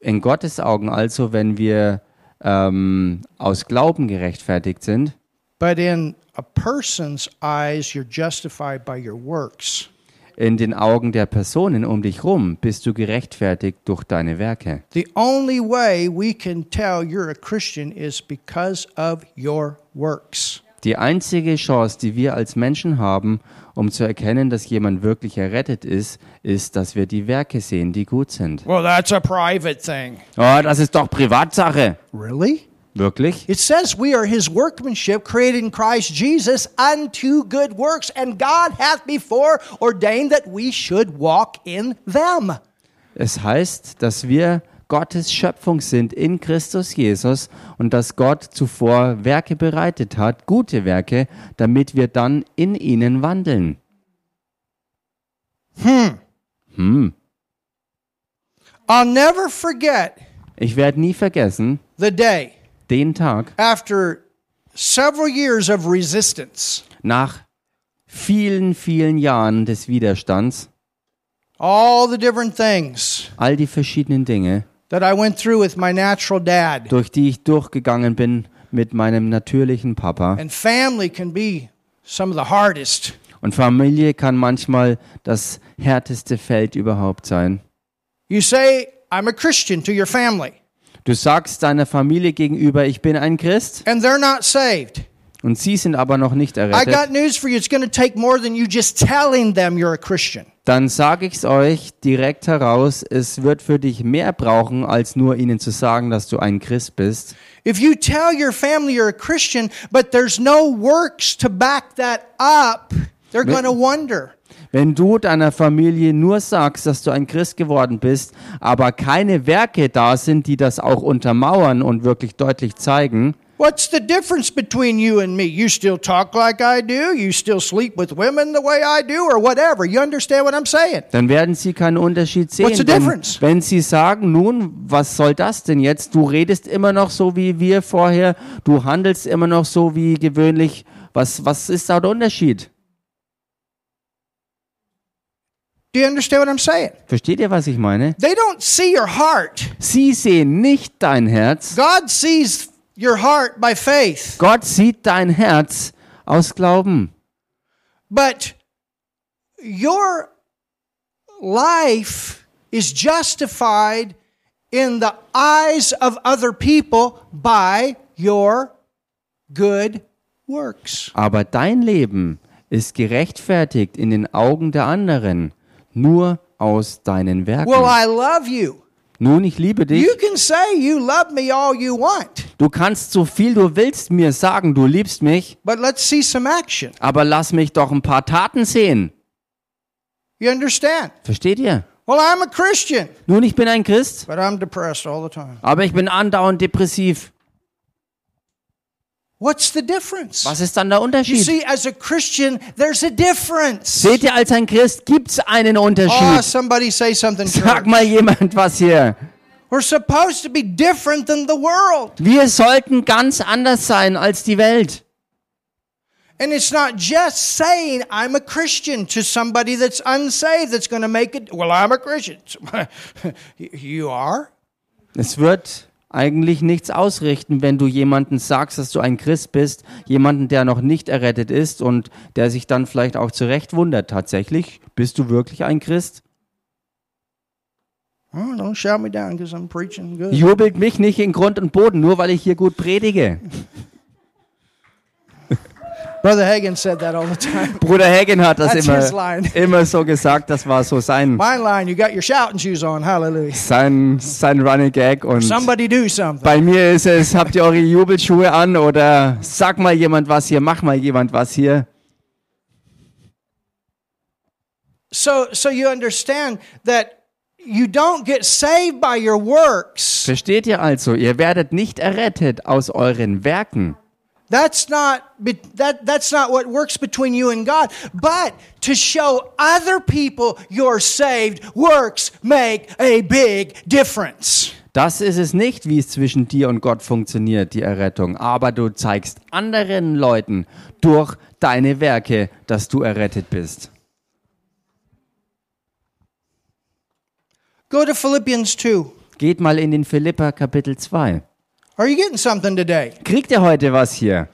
In Gottes Augen also, wenn wir ähm, aus Glauben gerechtfertigt sind, But in a person's eyes, you're justified by your works. in den Augen der Personen um dich rum bist du gerechtfertigt durch deine Werke. The only way we can tell you're a Christian is because of your works. Die einzige Chance, die wir als Menschen haben, um zu erkennen, dass jemand wirklich errettet ist, ist, dass wir die Werke sehen, die gut sind. Well, that's a private thing. Oh, das ist doch Privatsache. Really? Wirklich? It says we are his workmanship created in Christ Jesus unto good works, and God hath before ordained that we should walk in them. Es heißt, dass wir Gottes Schöpfung sind in Christus Jesus und dass Gott zuvor Werke bereitet hat, gute Werke, damit wir dann in ihnen wandeln. I'll never forget Ich werde nie vergessen, the day den Tag after several years of resistance, nach vielen, vielen Jahren des Widerstands, all the different things all die verschiedenen Dinge, that I went through with my natural dad. durch die ich durchgegangen bin mit meinem natürlichen Papa. And family can be some of the hardest. Und Familie kann manchmal das härteste Feld überhaupt sein. You say, I'm a Christian to your family, Du sagst deiner Familie gegenüber, ich bin ein Christ, and they're not saved. und sie sind aber noch nicht I errettet. got news for you. It's going to take more than you just telling them you're a Christian. Dann sage ich's euch direkt heraus, es wird für dich mehr brauchen, als nur ihnen zu sagen, dass du ein Christ bist. If you tell your family you're a Christian, but there's no works to back that up, they're going to wonder. Wenn du deiner Familie nur sagst, dass du ein Christ geworden bist, aber keine Werke da sind, die das auch untermauern und wirklich deutlich zeigen, What's the difference between you and me? You still talk like I do? You still sleep with women the way I do? Or whatever. You understand what I'm saying? dann werden sie keinen Unterschied sehen. What's the Denn difference? Wenn sie sagen, nun, was soll das denn jetzt? Du redest immer noch so wie wir vorher, du handelst immer noch so wie gewöhnlich. Was, was ist da der Unterschied? Do you understand what I'm saying? Versteht ihr, was ich meine? They don't see your heart. Sie sehen nicht dein Herz. God sees your heart by faith. Gott sieht dein Herz aus Glauben. But your life is justified in the eyes of other people by your good works. Aber dein Leben ist gerechtfertigt in den Augen der anderen, nur aus deinen Werken. Well, I love you. Nun, ich liebe dich. You can say you love me all you want, Du kannst so viel du willst mir sagen, du liebst mich, but let's see some action. aber lass mich doch ein paar Taten sehen. You understand? Versteht ihr? Well, I'm a Christian, Nun, ich bin ein Christ, but I'm depressed all the time. aber ich bin andauernd depressiv. What's the difference? Was ist dann der You Unterschied? see, as a Christian, there's a difference. Seht ihr, als ein Christ gibt's einen Oh, Unterschied. somebody say something. Sag mal jemand was hier. We're supposed to be different than the world. Wir sollten ganz anders sein als die Welt. And it's not just saying I'm a Christian to somebody that's unsaved that's going to make it. Well, I'm a Christian. you are? Es wird eigentlich nichts ausrichten, wenn du jemanden sagst, dass du ein Christ bist, jemanden, der noch nicht errettet ist und der sich dann vielleicht auch zurecht wundert. Tatsächlich, bist du wirklich ein Christ? Oh, don't shout me down because I'm preaching good. Jubelt mich nicht in Grund und Boden, nur weil ich hier gut predige. Brother Hagen said that all the time. Bruder Hagen hat das That's his immer, line. immer so gesagt, das war so sein, My line, you got your shouting shoes on. Hallelujah. sein, sein Running Gag. Und Somebody do something. bei mir ist es, habt ihr eure Jubelschuhe an oder sag mal jemand was hier, mach mal jemand was hier. So, so you understand that you don't get saved by your works. Versteht ihr also, ihr werdet nicht errettet aus euren Werken. That's not be- that. That's not what works between you and God. But to show other people you're saved, works make a big difference. Das ist es nicht, wie es zwischen dir und Gott funktioniert, die Errettung. Aber du zeigst anderen Leuten durch deine Werke, dass du errettet bist. Go to Philippians two. Geht mal in den Philippa Kapitel 2. Are you getting something today? Kriegt ihr heute was hier?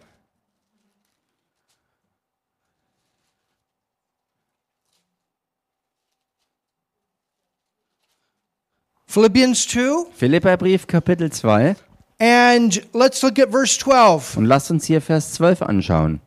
Philippians two, Philipperbrief Kapitel 2 and let's look at verse twelve. und lasst uns hier Vers 12 anschauen.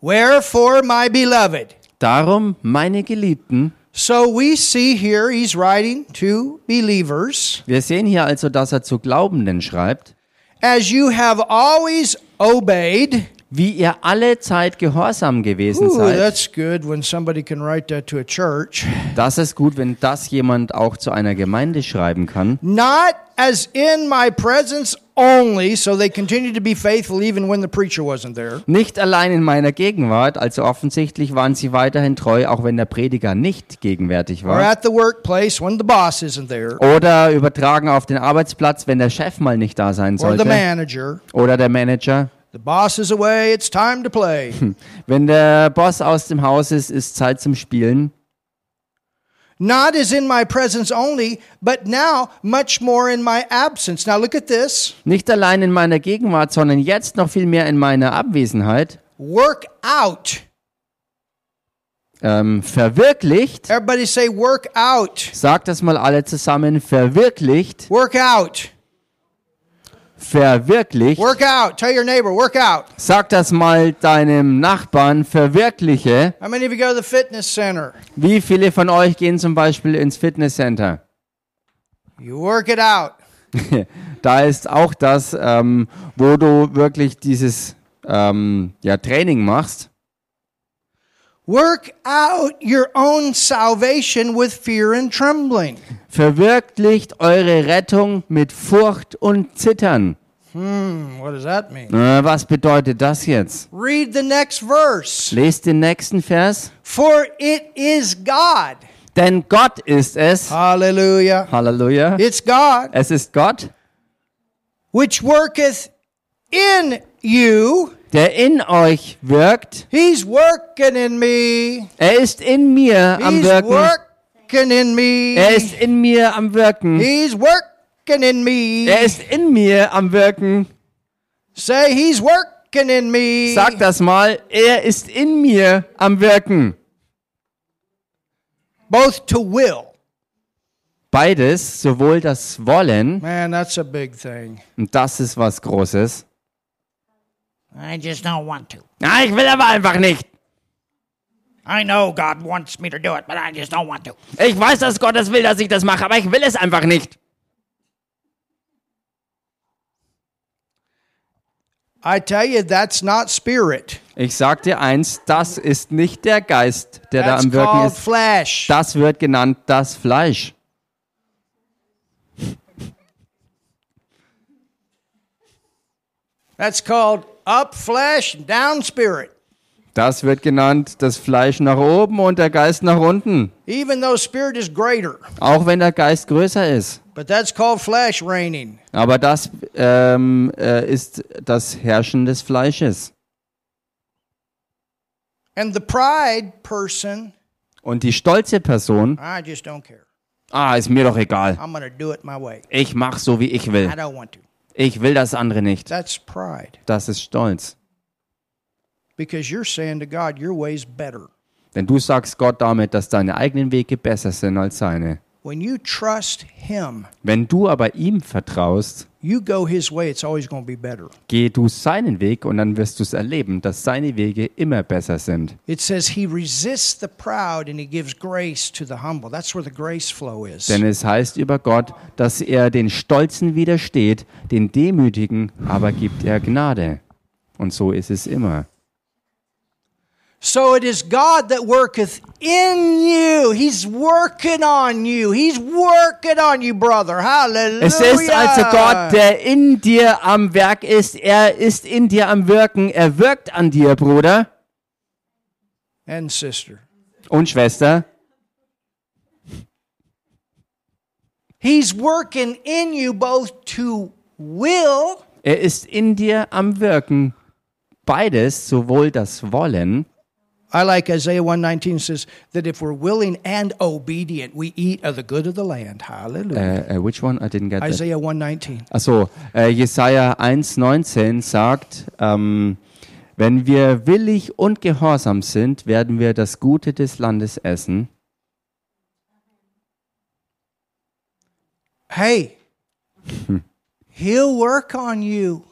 Wherefore, my beloved. Darum, meine Geliebten, So we see here he's writing to believers. wir sehen hier also, dass er zu Glaubenden schreibt, As you have always obeyed. wie ihr alle Zeit gehorsam gewesen Ooh, seid. that's good when somebody can write that to a church. Das ist gut, wenn das jemand auch zu einer Gemeinde schreiben kann. Not as in my presence only, so they continued to be faithful even when the preacher wasn't there. Nicht allein in meiner Gegenwart, also offensichtlich waren sie weiterhin treu, auch wenn der Prediger nicht gegenwärtig Or war. at the workplace when the boss isn't there. Oder übertragen auf den Arbeitsplatz, wenn der Chef mal nicht da sein Or the sollte. manager. Oder der Manager. The boss is away, it's time to play. Wenn der Boss aus dem Haus ist, ist Zeit zum Spielen. Not as in my presence only, but now much more in my absence. Now look at this. Nicht allein in meiner Gegenwart, sondern jetzt noch viel mehr in meiner Abwesenheit. Work out. Ähm, verwirklicht, Everybody say work out. sagt das mal alle zusammen, verwirklicht, Work out. verwirklicht. Work out. Tell your neighbor, work out. Sag das mal deinem Nachbarn, verwirkliche. How many of you go to the fitness center? Wie viele von euch gehen zum Beispiel ins Fitnesscenter? You work it out. Da ist auch das, ähm, wo du wirklich dieses ähm, ja, Training machst. Work out your own salvation with fear and trembling. Verwirklicht eure Rettung mit Furcht und Zittern. Hmm, What does that mean? Äh, was bedeutet das jetzt? Read the next verse. Lest den nächsten Vers. For it is God. Denn Gott ist es. Hallelujah. Halleluja. It's God Es ist Gott, which worketh in you. der in euch wirkt. He's working in me. Er ist in mir am He's Wirken. working in me. Er ist in mir am Wirken. He's working in me. Er ist in mir am Wirken. Say, He's working in me. Sag das mal. Er ist in mir am Wirken. Both to will. Beides, sowohl das Wollen, Man, that's a big thing. und das ist was Großes. I just don't want to. Na, ich will aber einfach nicht. I know God wants me to do it, but I just don't want to. Ich weiß, dass Gott es will, dass ich das mache, aber ich will es einfach nicht. I tell you, that's not spirit. Ich sag dir eins, das ist nicht der Geist, der uh, da That's am Wirken called ist. flesh. Das wird genannt das Fleisch. That's called up flesh, down spirit. Das wird genannt das Fleisch nach oben und der Geist nach unten. Even though spirit is greater, Auch wenn der Geist größer ist. but that's called flesh reigning. Aber das ähm, äh, ist das Herrschen des Fleisches. And the pride person, Und die stolze Person, I just don't care. ah, ist mir doch egal. I'm going to do it my way. Ich mach so, wie ich will. I don't want to. Ich will das andere nicht. That's pride Das ist Stolz. because you're saying to God, your way's better. Denn du sagst Gott damit, dass deine eigenen Wege besser sind als seine. When you trust Him, Wenn du aber ihm vertraust, you go His way, it's always going to be better. geh du seinen Weg und dann wirst du es erleben, dass seine Wege immer besser sind. It says He resists the proud and He gives grace to the humble. That's where the grace flow is. Denn es heißt über Gott, dass er den Stolzen widersteht, den Demütigen aber gibt er Gnade. Und so ist es immer. So it is God that worketh in you. He's working on you. He's working on you, brother. Hallelujah. Es ist also Gott, der in dir am Werk ist. Er ist in dir am Wirken. Er wirkt an dir, Bruder and sister. und Schwester. He's working in you both to will Er ist in dir am Wirken. Beides, sowohl das Wollen. I like Isaiah 119 says that if we're willing and obedient, we eat of the good of the land. Hallelujah. Äh, äh, which one? I didn't get that. Isaiah 119. Achso, äh, Jesaja 1,19 sagt, ähm, wenn wir willig und gehorsam sind, werden wir das Gute des Landes essen. Hey, he'll work on you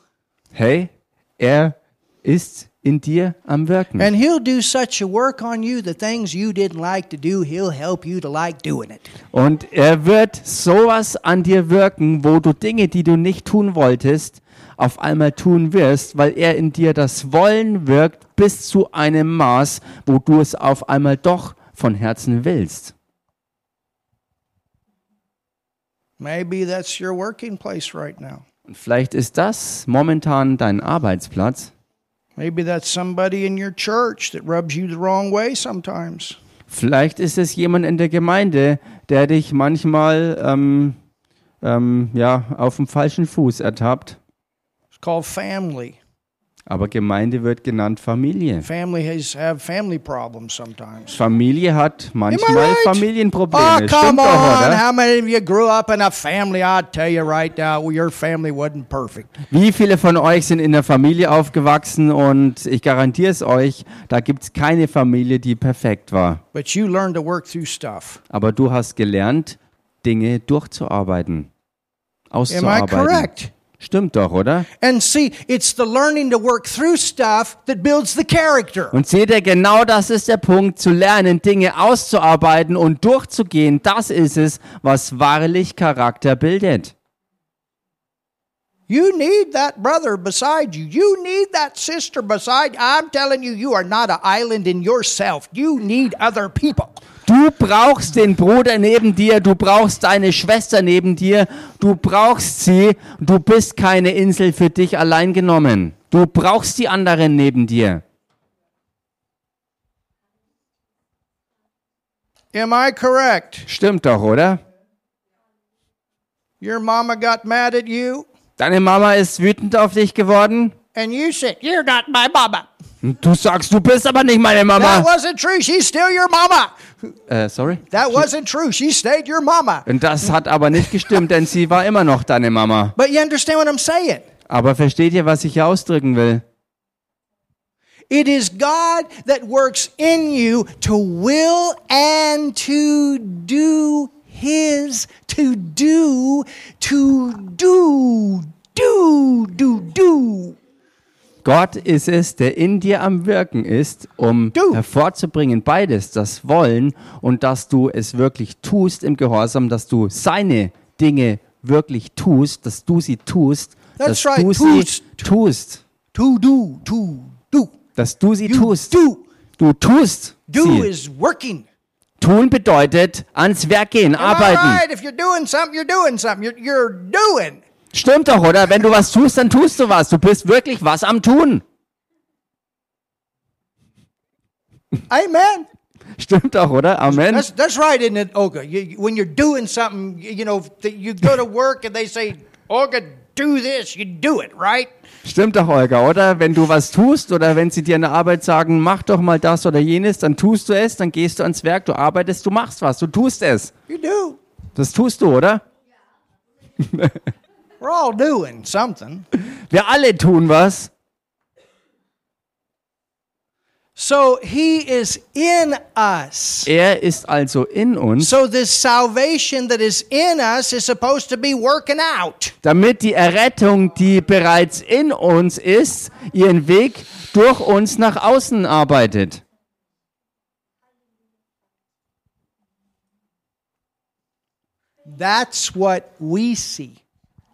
Hey, er ist in dir am Wirken. and he'll do such a work on you the things you didn't like to do, he'll help you to like doing it. Und er wird sowas an dir wirken, wo du Dinge, die du nicht tun wolltest, auf einmal tun wirst, weil er in dir das Wollen wirkt bis zu einem Maß, wo du es auf einmal doch von Herzen willst. Maybe that's your working place right now. Und vielleicht ist das momentan dein Arbeitsplatz. Maybe that's somebody in your church that rubs you the wrong way sometimes. Vielleicht ist es jemand in der Gemeinde, der dich manchmal ähm, ähm, ja, auf dem falschen Fuß ertappt. It's called family. Aber Gemeinde wird genannt Familie. Family has have family problems sometimes. Familie hat manchmal Am I right? Familienprobleme. Oh, come Stimmt doch, on. oder? How many of you grew up in a family? I tell you right now, well, your family wasn't perfect. Wie viele von euch sind in der Familie aufgewachsen und ich garantiere es euch, da gibt es keine Familie, die perfekt war. But you learned to work through stuff. Aber du hast gelernt, Dinge durchzuarbeiten. Am I Auszuarbeiten. correct? Stimmt doch, oder? And see, it's the learning to work through stuff that builds the character. Und seht ihr, genau das ist der Punkt, zu lernen, Dinge auszuarbeiten und durchzugehen. Das ist es, was wahrlich Charakter bildet. You need that brother beside you. You need that sister beside you. I'm telling you, you are not an island in yourself. You need other people. Du brauchst den Bruder neben dir, du brauchst deine Schwester neben dir, du brauchst sie, du bist keine Insel für dich allein genommen. Du brauchst die anderen neben dir. Am I correct? Stimmt doch, oder? Your mama got mad at you, Deine Mama ist wütend auf dich geworden and you said, You're not my mama. und du sagst, du bist aber nicht meine That Mama. wasn't true. She's still your mama. Äh, sorry? That wasn't true. She stayed your mama. Und das hat aber nicht gestimmt, denn sie war immer noch deine Mama. But you understand what I'm saying? Aber versteht ihr, was ich hier ausdrücken will? It is God that works in you to will and to do his to do to do do do do. Gott ist es, der in dir am Wirken ist, um Du. hervorzubringen beides, das Wollen und dass du es wirklich tust im Gehorsam, dass du seine Dinge wirklich tust, dass du sie tust, That's dass right, du tust. sie tust, To do to do. dass du sie You tust. do. Du tust Do sie. is working. Tun bedeutet ans Werk gehen, arbeiten. All right, if you're doing something, you're doing something. You're, you're doing. Stimmt doch, oder? Wenn du was tust, dann tust du was. Du bist wirklich was am Tun. Amen. Stimmt doch, oder? Amen. That's that's right, isn't it, Olga? You, you- when you're doing something, you, you know, that you go to work and they say, Olga, do this. You do it, right? Stimmt doch, Olga, oder? Wenn du was tust oder wenn sie dir in der Arbeit sagen, mach doch mal das oder jenes, dann tust du es, dann gehst du ans Werk, du arbeitest, du machst was, du tust es. You do. Das tust du, oder? We're all doing something. Wir alle tun was. So he is in us. Er ist also in uns, So this salvation that is in us is supposed to be working out. damit die Errettung, die bereits in uns ist, ihren Weg durch uns nach außen arbeitet. That's what we see.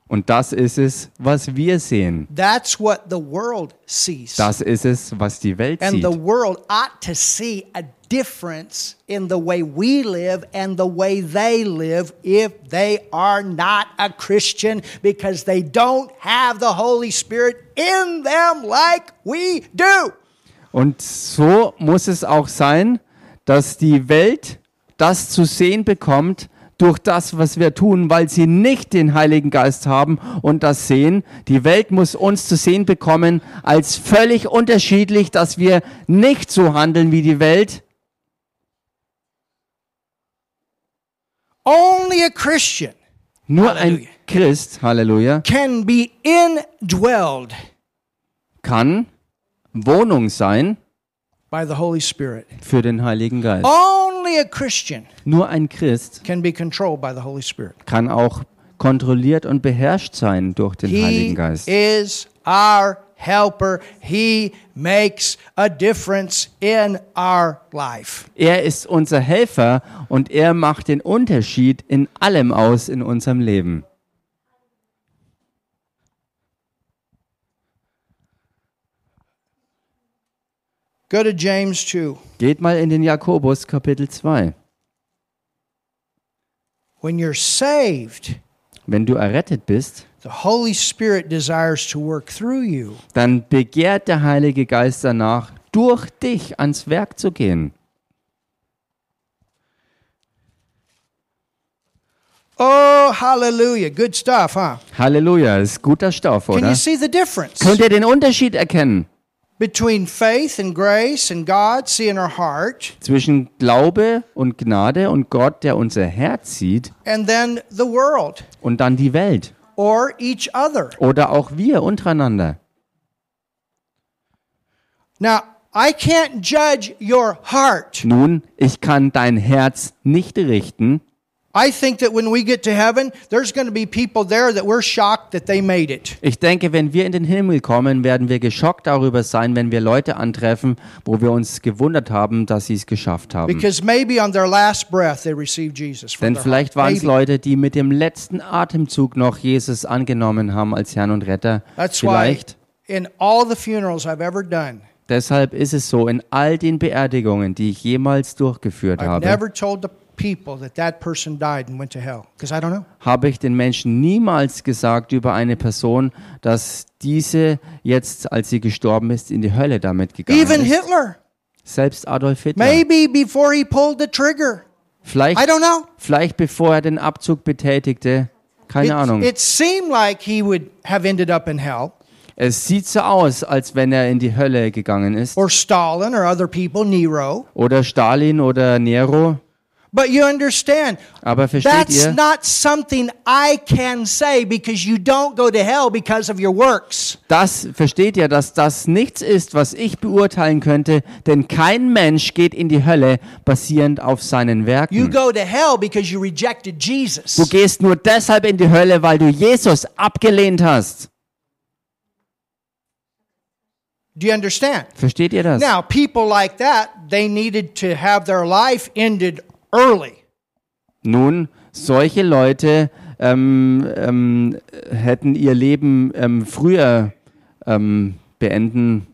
Und das ist es, was wir sehen. That's what the world sees. Das ist es, was die Welt and sieht. the world ought to see a difference in the way we live and the way they live if they are not a Christian because they don't have the Holy Spirit in them like we do. Und so muss es auch sein, dass die Welt das zu sehen bekommt durch das, was wir tun, weil sie nicht den Heiligen Geist haben und das sehen. Die Welt muss uns zu sehen bekommen als völlig unterschiedlich, dass wir nicht so handeln wie die Welt. Only a Christian Nur ein Christ, Halleluja, can be indwelled kann Wohnung sein by the Holy Spirit. für den Heiligen Geist. Only a Christian Nur ein Christ can be controlled by the Holy Spirit. kann auch kontrolliert und beherrscht sein durch den He Heiligen Geist. is our helper. He makes a difference in our life. Er ist unser Helfer und er macht den Unterschied in allem aus in unserem Leben. Go to James 2. Geht mal in den Jakobus Kapitel 2. When you're saved, Wenn du errettet bist, the Holy Spirit desires to work through you. dann begehrt der Heilige Geist danach, durch dich ans Werk zu gehen. Oh, hallelujah. Good stuff, huh? Halleluja, ist guter Stoff, Can oder? you see the difference Könnt ihr den Unterschied erkennen between faith and grace and God seeing our heart zwischen Glaube und Gnade und Gott, der unser Herz sieht, and then the world und dann die Welt or each other? oder auch wir untereinander? Now, I can't judge your heart. Nun, ich kann dein Herz nicht richten, I think that when we get to heaven, there's going to be people there that we're shocked that they made it. Ich denke, wenn wir in den Himmel kommen, werden wir geschockt darüber sein, wenn wir Leute antreffen, wo wir uns gewundert haben, dass sie es geschafft haben. Because maybe on their last breath they received Jesus. From Denn their Hmm. vielleicht heart. waren es Maybe. Leute, die mit dem letzten Atemzug noch Jesus angenommen haben als Herrn und Retter. That's why Vielleicht. in all the funerals I've ever done, Deshalb ist es so, in all den Beerdigungen, die ich jemals durchgeführt I've habe, never told the people that that person died and went to hell because I don't know. habe ich den Menschen niemals gesagt über eine Person, dass diese jetzt, als sie gestorben ist, in die Hölle damit Even gegangen ist. Hitler, Selbst Adolf Hitler. maybe before he pulled the trigger. Vielleicht I don't know. Vielleicht bevor er den Abzug betätigte. Keine Ahnung. It, it seemed like he would have ended up in hell, es sieht so aus, als wenn er in die Hölle gegangen ist. or Stalin, or other people, Nero. Oder Stalin oder Nero. But you understand, Aber versteht That's ihr, not something I can say because you don't go to hell because of your works. das versteht ihr, dass das nichts ist, was ich beurteilen könnte, denn kein Mensch geht in die Hölle basierend auf seinen You Werken. go to hell because you rejected Du Jesus. gehst nur deshalb in die Hölle, weil du Jesus abgelehnt hast. Do you understand? Versteht ihr das? Now, people like that, they needed to have their life ended early. Nun, solche Leute ähm, ähm, hätten ihr Leben ähm, früher ähm, beenden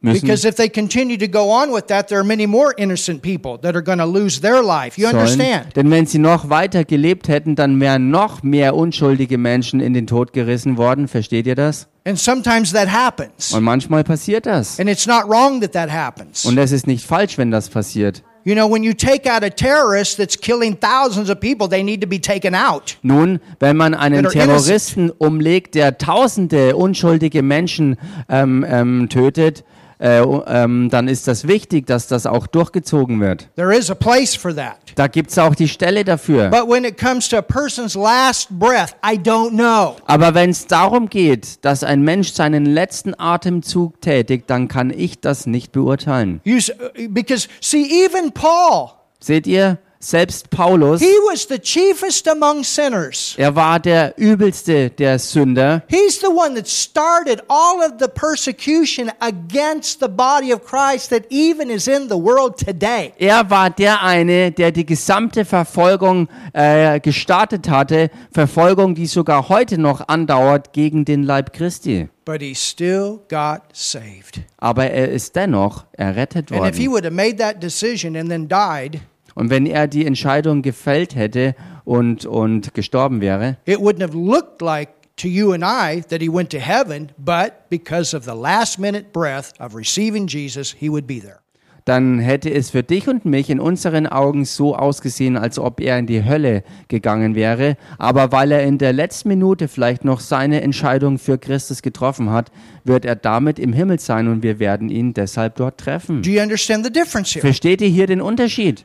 müssen Because if they continue to go on with that, there are many more innocent people that are going to lose their life. You sollen. understand? Denn wenn sie noch weiter gelebt hätten, dann wären noch mehr unschuldige Menschen in den Tod gerissen worden. Versteht ihr das? And sometimes that happens. Und manchmal passiert das. And it's not wrong that that happens. Und es ist nicht falsch, wenn das passiert. You know, when you take out a terrorist that's killing thousands of people, they need to be taken out. Nun, wenn man einen That are innocent. Terroristen umlegt, der tausende unschuldige Menschen ähm, ähm, tötet, äh, ähm, dann ist das wichtig, dass das auch durchgezogen wird. There is a place for that. Da gibt es auch die Stelle dafür. But when it comes to a person's last breath, I don't know. Aber wenn es darum geht, dass ein Mensch seinen letzten Atemzug tätigt, dann kann ich das nicht beurteilen. You, s- because, see, even Paul, Seht ihr, selbst Paulus, he was the chiefest among sinners. er war der übelste der Sünder. He's the one that started all of the persecution against the body of Christ that even is in the world today. Er war der eine, der die gesamte Verfolgung äh, gestartet hatte, Verfolgung, die sogar heute noch andauert gegen den Leib Christi. But he still got saved. Aber er ist dennoch errettet And if he worden. would have made that decision and then died, Und wenn er die Entscheidung gefällt hätte und, und gestorben wäre, it wouldn't have looked like to you and I that he went to heaven, but because of the last minute breath of receiving Jesus, he would be there. dann hätte es für dich und mich in unseren Augen so ausgesehen, als ob er in die Hölle gegangen wäre. Aber weil er in der letzten Minute vielleicht noch seine Entscheidung für Christus getroffen hat, wird er damit im Himmel sein und wir werden ihn deshalb dort treffen. Do you understand the difference here? Versteht ihr hier den Unterschied?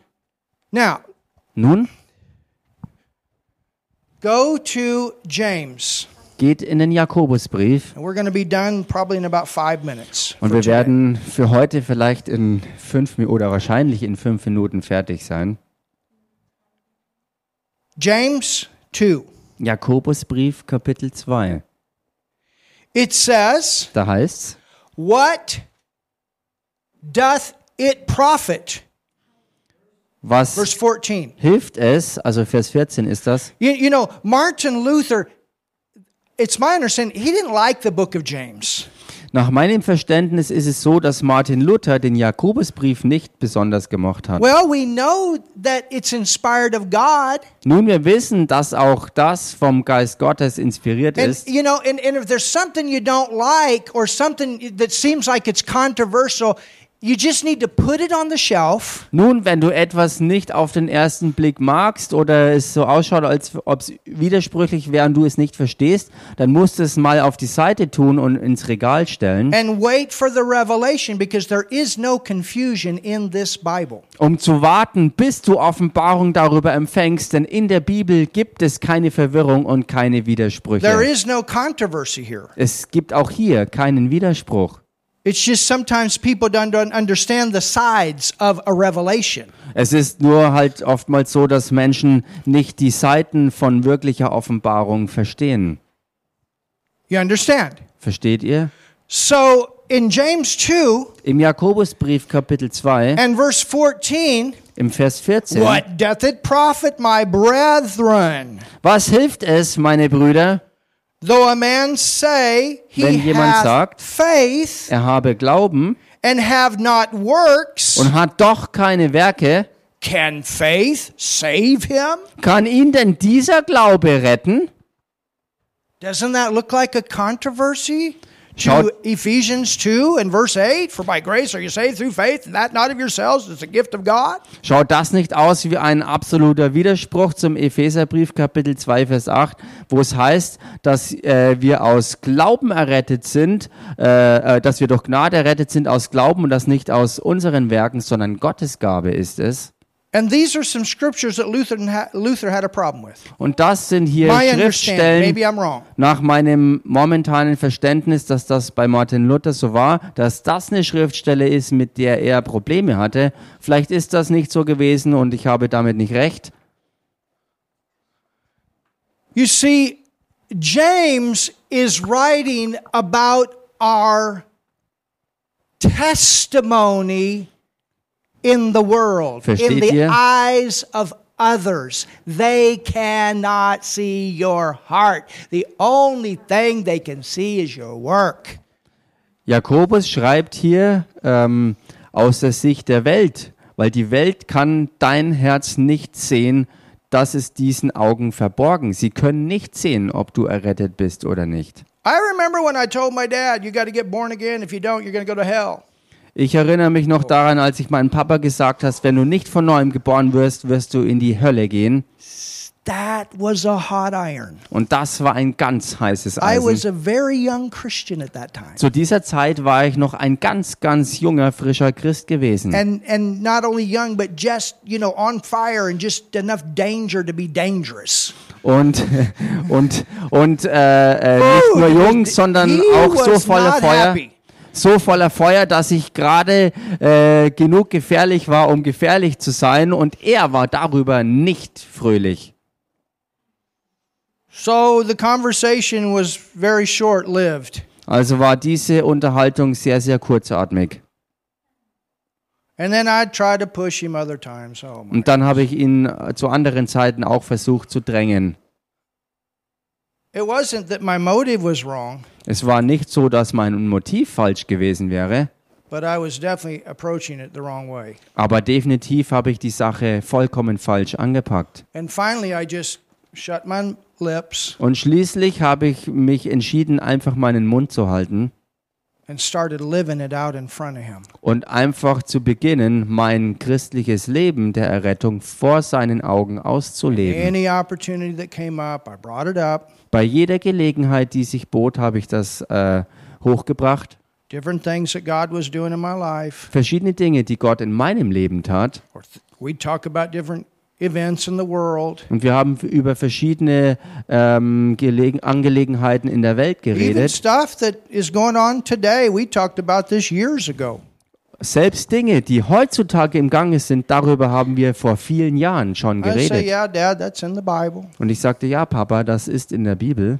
Now, Nun go to James. geht in den Jakobusbrief And we're going to be done probably in about five minutes. und for wir today. werden für heute vielleicht in fünf Minuten oder wahrscheinlich in fünf Minuten fertig sein. James 2. Jakobusbrief Kapitel 2. It says, Da heißt's, What doth it profit? was Verse 14. hilft es, also Vers 14 ist das, You, you know, Martin Luther, it's my understanding, he didn't like the book of James. nach meinem Verständnis ist es so, dass Martin Luther den Jakobusbrief nicht besonders gemocht hat. Well, we know that it's inspired of God. Nun, wir wissen, dass auch das vom Geist Gottes inspiriert And, ist. you know, and, and if there's something you don't like or something that seems like it's controversial, you just need to put it on the shelf Nun, wenn du etwas nicht auf den ersten Blick magst oder es so ausschaut, als ob es widersprüchlich wäre und du es nicht verstehst, dann musst du es mal auf die Seite tun und ins Regal stellen, and wait for the revelation because there is no confusion in this Bible. um zu warten, bis du Offenbarung darüber empfängst, denn in der Bibel gibt es keine Verwirrung und keine Widersprüche. There is no controversy here. Es gibt auch hier keinen Widerspruch. It's just sometimes people don't, don't understand the sides of a revelation. Es ist nur halt oftmals so, dass Menschen nicht die Seiten von wirklicher Offenbarung verstehen. You understand? Versteht ihr? So in James 2 Im Jakobusbrief Kapitel 2, and verse 14, im Vers 14. what doth it profit, my brethren, Was hilft es, meine Brüder? though a man say he Wenn jemand hath sagt, faith Er habe Glauben and have not works, und hat doch keine Werke. can faith save him? Kann ihn denn dieser Glaube retten? Doesn't that look like a controversy? Schaut- To Ephesians 2 and verse 8, for by grace are you saved through faith, and that not of yourselves, it's a gift of God. Schaut das nicht aus wie ein absoluter Widerspruch zum Epheserbrief Kapitel 2 Vers 8, wo es heißt, dass äh, wir aus Glauben errettet sind, äh, äh, dass wir durch Gnade errettet sind aus Glauben und das nicht aus unseren Werken, sondern Gottes Gabe ist es. And these are some scriptures that Luther, ha- Luther had a problem with. Und das sind hier My understanding, Schriftstellen maybe I'm wrong. nach meinem momentanen Verständnis, dass das bei Martin Luther so war, dass das eine Schriftstelle ist, mit der er Probleme hatte. Vielleicht ist das nicht so gewesen und ich habe damit nicht recht. You see, James is writing about our testimony in the world, in Versteht the ihr? eyes of others. They cannot see your heart. The only thing they can see is your work. Jakobus schreibt hier ähm, aus der Sicht der Welt, weil die Welt kann dein Herz nicht sehen, das ist diesen Augen verborgen. Sie können nicht sehen, ob du errettet bist oder nicht. I remember when I told my dad, you got to get born again. If you don't, you're going to go to hell. Ich erinnere mich noch daran, als ich meinem Papa gesagt hast, wenn du nicht von neuem geboren wirst, wirst du in die Hölle gehen. That was a hot iron. Und das war ein ganz heißes I was Eisen. a very young Christian at that time. Zu dieser Zeit war ich noch ein ganz, ganz junger, frischer Christ gewesen. And and not only young, but just, you know, on fire and just enough danger to be dangerous. Und, und, und äh, äh, nicht Dude, nur he jung, was- sondern he auch so was voller not Feuer. happy. So voller Feuer, dass ich gerade äh, genug gefährlich war, um gefährlich zu sein. Und er war darüber nicht fröhlich. So the conversation was very short lived. Also war diese Unterhaltung sehr, sehr kurzatmig. And then I tried to push him other times. Oh my. Und dann habe ich ihn äh, zu anderen Zeiten auch versucht zu drängen. It wasn't that my motive was wrong, Es war nicht so, dass mein Motiv falsch gewesen wäre, but I was definitely approaching it the wrong way. aber definitiv habe ich die Sache vollkommen falsch angepackt. And finally I just shut my lips Und schließlich habe ich mich entschieden, einfach meinen Mund zu halten and started living it out in front of him. und einfach zu beginnen, mein christliches Leben der Errettung vor seinen Augen auszuleben. Any opportunity that came up, I brought it up. Bei jeder Gelegenheit, die sich bot, habe ich das äh, hochgebracht. Different things that God was doing in my life. Verschiedene Dinge, die Gott in meinem Leben tat, Or th- we talk about different events in the world, Und wir haben über verschiedene ähm, Gelegen Angelegenheiten in der Welt even geredet. stuff that is going on today. We talked about this years ago. Selbst Dinge, die heutzutage im Gange sind, darüber haben wir vor vielen Jahren schon I say, geredet. yeah, Dad, that's in the Bible. Und ich sagte, ja, Papa, das ist in der Bibel.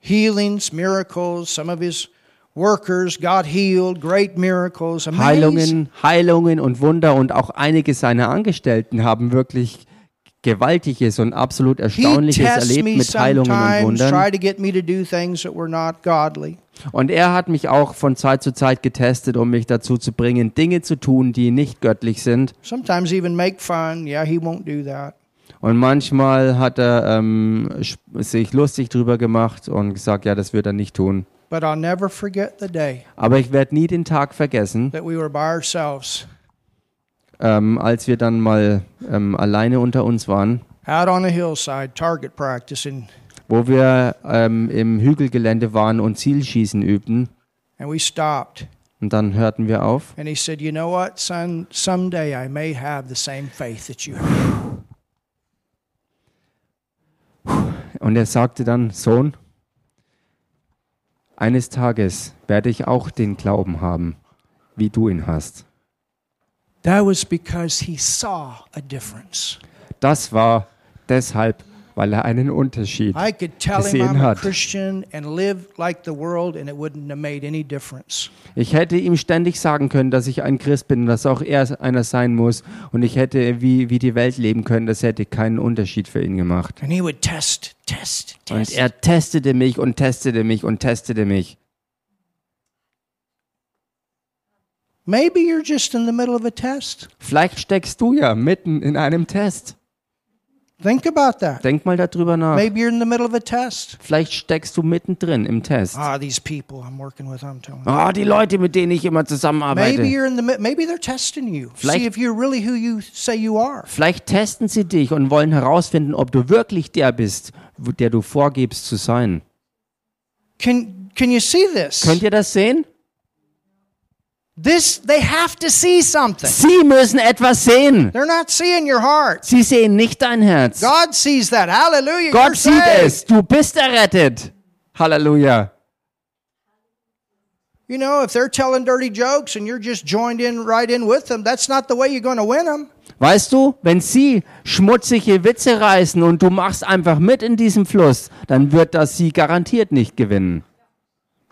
Healings, miracles. Some of his workers God healed. Great miracles. Amazing. Heilungen, Heilungen und Wunder und auch einige seiner Angestellten haben wirklich gewaltiges und absolut He erstaunliches tests erlebt me mit Heilungen und sometimes, Wundern. try to get me to do things that were not godly. Und er hat mich auch von Zeit zu Zeit getestet, um mich dazu zu bringen, Dinge zu tun, die nicht göttlich sind. Sometimes even make fun. Yeah, he won't do that. Und manchmal hat er ähm, sch- sich lustig drüber gemacht und gesagt, ja, das wird er nicht tun. But I'll never forget the day Aber ich werde nie den Tag vergessen, that we were by ourselves ähm, als wir dann mal ähm, alleine unter uns waren, out on a hillside target practicing, wo wir ähm, im Hügelgelände waren und Zielschießen übten. and we stopped. Und dann hörten wir auf. And he said, "You know what, son? Someday I may have the same faith that you have." Und er sagte dann, Sohn, eines Tages werde ich auch den Glauben haben, wie du ihn hast. That was because he saw a difference. Das war deshalb, weil er einen Unterschied I could tell him Gesehen I'm a hat. Christian and live like the world, and it wouldn't have made any difference. Ich hätte ihm ständig sagen können, dass ich ein Christ bin und dass auch er einer sein muss. Und ich hätte wie, wie die Welt leben können, das hätte keinen Unterschied für ihn gemacht. And he would test, test, Und test. er testete mich und testete mich und testete mich. Maybe you're just in the middle of a test. Vielleicht steckst du ja mitten in einem Test. Think about that. Denk mal darüber nach. Maybe you're in the middle of a test. Vielleicht steckst du mittendrin im Test. Ah, these people I'm working with, I'm telling you. Ah, die Leute, mit denen ich immer Maybe zusammenarbeite. you're in the mi- maybe they're testing you. Vielleicht- See if you're really who you say you are. Vielleicht testen sie dich und wollen herausfinden, ob du wirklich der bist, wo- der du vorgibst zu sein. Can can you see this? Könnt ihr das sehen? This they have to see something. Sie müssen etwas sehen. They're not seeing your heart. Sie sehen nicht dein Herz. Gott, God sees that. Hallelujah. you're sieht saved. es. Du bist errettet. Halleluja. You know, if they're telling dirty jokes and you're just joined in right in with them, that's not the way you're going to win them. Weißt du, wenn sie schmutzige Witze reißen und du machst einfach mit in diesem Fluss, dann wird das sie garantiert nicht gewinnen.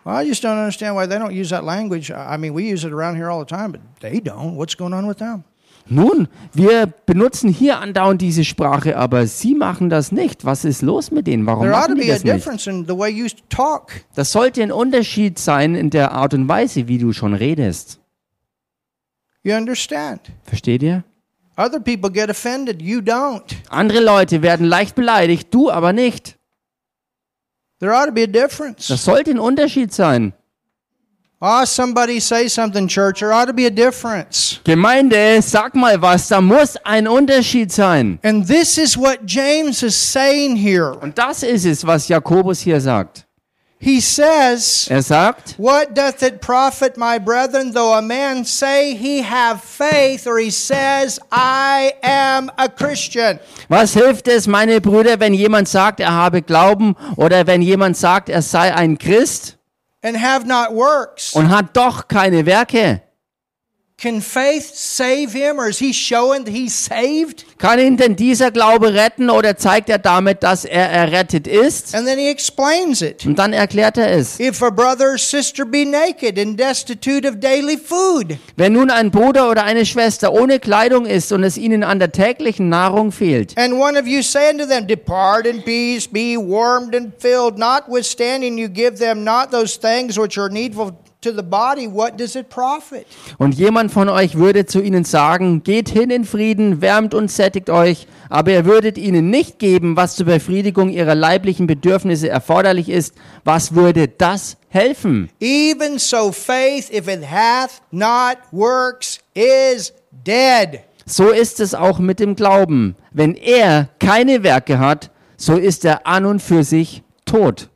Well, I just don't understand why they don't use that language. I I mean, we use it around here all the time, but they don't. What's going on with them? Nun, wir benutzen hier andauernd diese Sprache, aber sie machen das nicht. Was ist los mit denen? Warum There ought to machen die be a das nicht? difference in the way you talk. Das sollte ein Unterschied sein in der Art und Weise, wie du schon redest. You understand? Versteht ihr? Other people get offended. You don't. Andere Leute werden leicht beleidigt, du aber nicht. There ought to be a difference. Das sollte ein Unterschied sein. Oh, somebody say something, church. There ought to be a difference. Gemeinde, sag mal was, da muss ein Unterschied sein. And this is what James is saying here. Und das ist es, was Jakobus hier sagt. He says, Er sagt, What doth it profit, my brethren, though a man say he have faith, or he says, I am a Christian? was hilft es, meine Brüder, wenn jemand sagt, er habe Glauben oder wenn jemand sagt, er sei ein Christ and have not works. und hat doch keine Werke? Can faith save him, or is he showing that he's saved? Kann ihn denn dieser Glaube retten oder zeigt er damit, dass er errettet ist? And then he explains it. Und dann erklärt er es. If a brother or sister be naked and destitute of daily food, Wenn nun ein Bruder oder eine Schwester ohne Kleidung ist und es ihnen an der täglichen Nahrung fehlt, and one of you say unto them, Depart in peace, be warmed and filled, notwithstanding you give them not those things which are needful to the body, what does it profit? und jemand von euch würde zu ihnen sagen, geht hin in Frieden, wärmt und sättigt euch, aber ihr würdet ihnen nicht geben, was zur Befriedigung ihrer leiblichen Bedürfnisse erforderlich ist, was würde das helfen? Even so, faith, if it hath not works, is dead. So ist es auch mit dem Glauben. Wenn er keine Werke hat, so ist er an und für sich tot.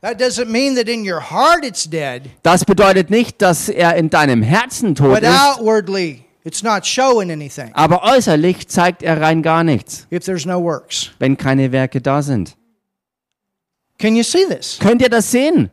That doesn't mean that in your heart it's dead. Das bedeutet nicht, dass er in deinem Herzen tot But ist, outwardly, it's not showing anything aber äußerlich zeigt er rein gar nichts. if there's no works. wenn keine Werke da sind. Can you see this? Könnt ihr das sehen?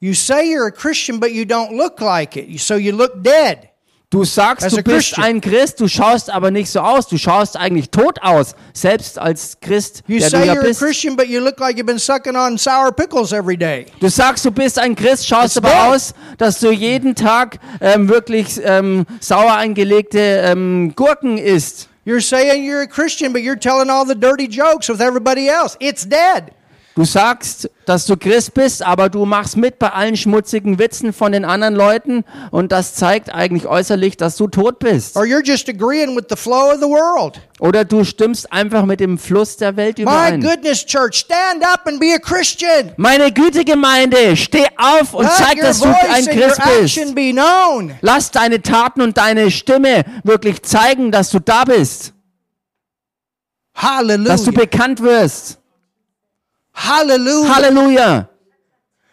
You say you're a Christian, but you don't look like it, so you look dead. Du sagst, As du a bist Christian. ein Also Christ, du schaust aber nicht so aus. Du schaust eigentlich tot aus, selbst als Christ, You der du say ja you're a bist. Christian, but you look like you've been sucking on sour pickles every day. Du sagst, du bist ein Christ, It's schaust aber bad. aus, dass du jeden Tag ähm, wirklich ähm, sauer eingelegte ähm, Gurken isst. You're saying you're a Christian, but you're telling all the dirty jokes with everybody else. It's dead. Du sagst, dass du Christ bist, aber du machst mit bei allen schmutzigen Witzen von den anderen Leuten und das zeigt eigentlich äußerlich, dass du tot bist. Or you're just agreeing with the flow of the world. Oder du stimmst einfach mit dem Fluss der Welt My überein. goodness, church, stand up and be a Christian. Meine Güte, Gemeinde, steh auf und Let zeig, your dass du ein voice and your Christ action bist. be known. Lass deine Taten und deine Stimme wirklich zeigen, dass du da bist, dass du Hallelujah. bekannt wirst. Hallelujah. Halleluja.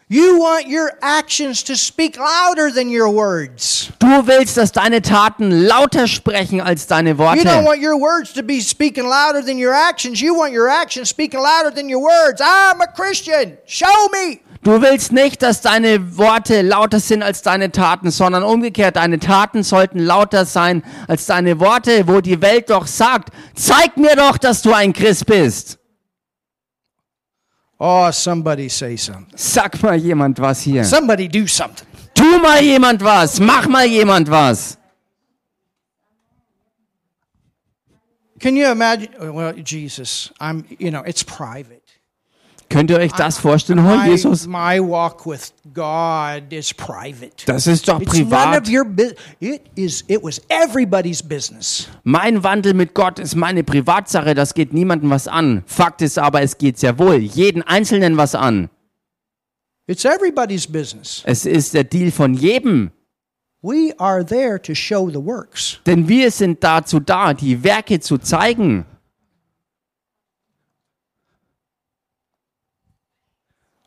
You want your actions to speak louder than your words. Du willst, dass deine Taten lauter sprechen als deine You don't Worte. want your words to be speaking louder than your actions. You want your actions speaking louder than your words. I'm a Christian. Show me. Du willst nicht, dass deine Worte lauter sind als deine Taten, sondern umgekehrt, deine Taten sollten lauter sein als deine Worte, wo die Welt doch sagt, zeig mir doch, dass du ein Christ bist. Oh, somebody say something. Sag mal jemand was hier. Somebody do something. Tu mal jemand was, mach mal jemand was. Can you imagine? Well, Jesus, I'm, you know, it's private. Könnt ihr Ah, euch das vorstellen, oh, My, Jesus? my walk with God is private. Das ist doch It's none of privat. your business. It is. It was everybody's business. Mein Wandel mit Gott ist meine Privatsache, das geht niemandem was an. Fakt ist aber, es geht sehr wohl jeden Einzelnen was an. It's everybody's business. Es ist der Deal von jedem. We are there to show the works. Denn wir sind dazu da, die Werke zu zeigen.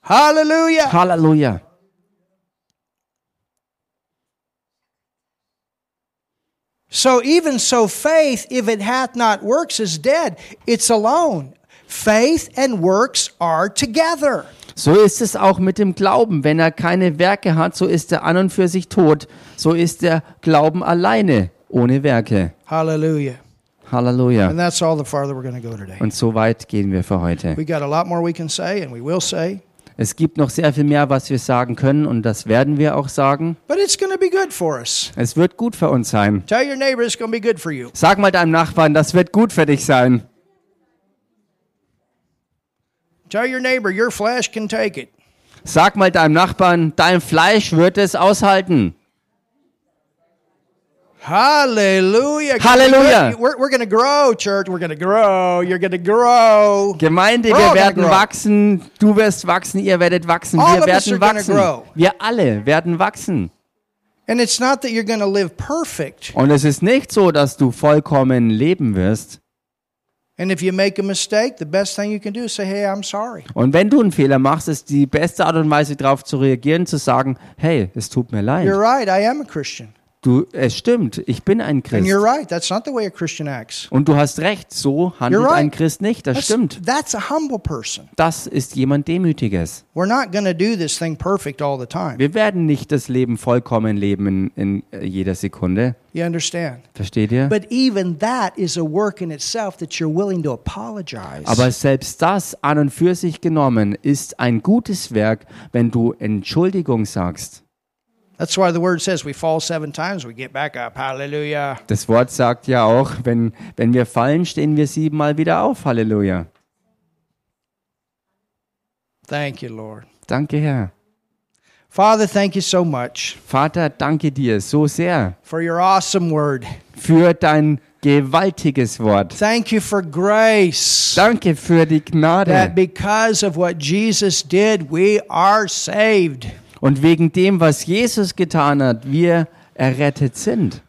Hallelujah. Halleluja. So even so faith, if it hath not works, is dead. It's alone. Faith and works are together. So ist es auch mit dem Glauben. Wenn er keine Werke hat, so ist er an und für sich tot. So ist der Glauben alleine, ohne Werke. Hallelujah. Halleluja. And that's all the farther we're going to go today. Und so weit gehen wir für heute. We got a lot more we can say and we will say, Es gibt noch sehr viel mehr, was wir sagen können und das werden wir auch sagen. but it's going to be good for us. Es wird gut für uns sein. Tell your neighbor it's going to be good for you. Sag mal deinem Nachbarn, das wird gut für dich sein. Tell your neighbor your flesh can take it. Sag mal deinem Nachbarn, dein Fleisch wird es aushalten. Hallelujah. Hallelujah. We're, we're going to grow, church. We're going to grow. You're going to grow. Gemeinde, wir Grow, gotta werden grow. wachsen, du wirst wachsen, ihr werdet wachsen, All wir of us are werden gonna wachsen. grow. Wir alle werden wachsen. And it's not that you're going to live perfect. Und es ist nicht so, dass du vollkommen leben wirst. And if you make a mistake, the best thing you can do is say, hey, I'm sorry. Und wenn du einen Fehler machst, ist die beste Art und Weise darauf zu reagieren, zu sagen, hey, es tut mir leid. You're right. I am a Christian. Du, es stimmt, ich bin ein And Christ. you're right. That's not the way a Christian acts. Und du hast recht, so handelt You're right. ein Christ nicht, das That's, stimmt. that's a humble person. Das ist jemand Demütiges. We're not going to do this thing perfect all the time. Wir werden nicht das Leben vollkommen leben in, in äh, jeder Sekunde. You understand? Versteht ihr? But even that is a work in itself that you're willing to apologize. Aber selbst das an und für sich genommen ist ein gutes Werk, wenn du Entschuldigung sagst. That's why the word says we fall seven times, we get back up. Hallelujah. Das Wort sagt ja auch, wenn, wenn wir fallen, stehen wir siebenmal wieder auf. Halleluja. Thank you, Lord. Danke, Herr. Father, thank you so much Vater, danke dir so sehr for your awesome word. für dein gewaltiges Wort. Thank you for grace. Danke für die That Gnade. because of what Jesus did, we are saved. Und wegen dem, was Jesus getan hat, wir errettet sind.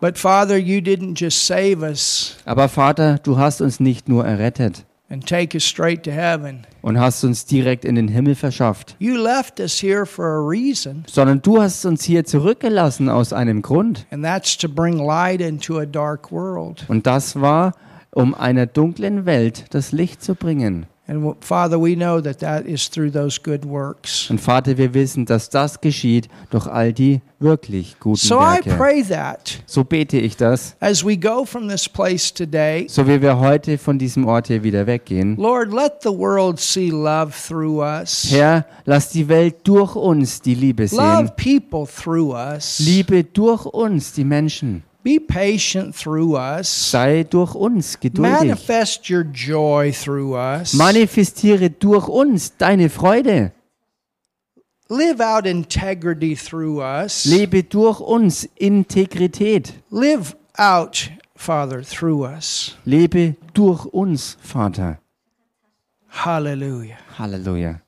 But Father, you didn't just save us Aber Vater, du hast uns nicht nur errettet and take us straight to heaven. und hast uns direkt in den Himmel verschafft. You left us here for a reason, sondern du hast uns hier zurückgelassen aus einem Grund. and that's to bring light into a dark world. Und das war, um einer dunklen Welt das Licht zu bringen. And Father, we know that that is through those good works. Und Vater, wir wissen, dass das geschieht durch all die wirklich guten So I Werke. pray that So bete ich das, as we go from this place today, so wie wir heute von diesem Ort hier wieder weggehen. Lord, let the world see love through us. Herr, lass die Welt durch uns die Liebe sehen. Love people through us. Liebe durch uns die Menschen. Be patient through us. Sei durch uns geduldig. Manifest your joy through us. Manifestiere durch uns deine Freude. Live out integrity through us. Lebe durch uns Integrität. Live out, Father, through us. Lebe durch uns, Vater. Hallelujah. Halleluja.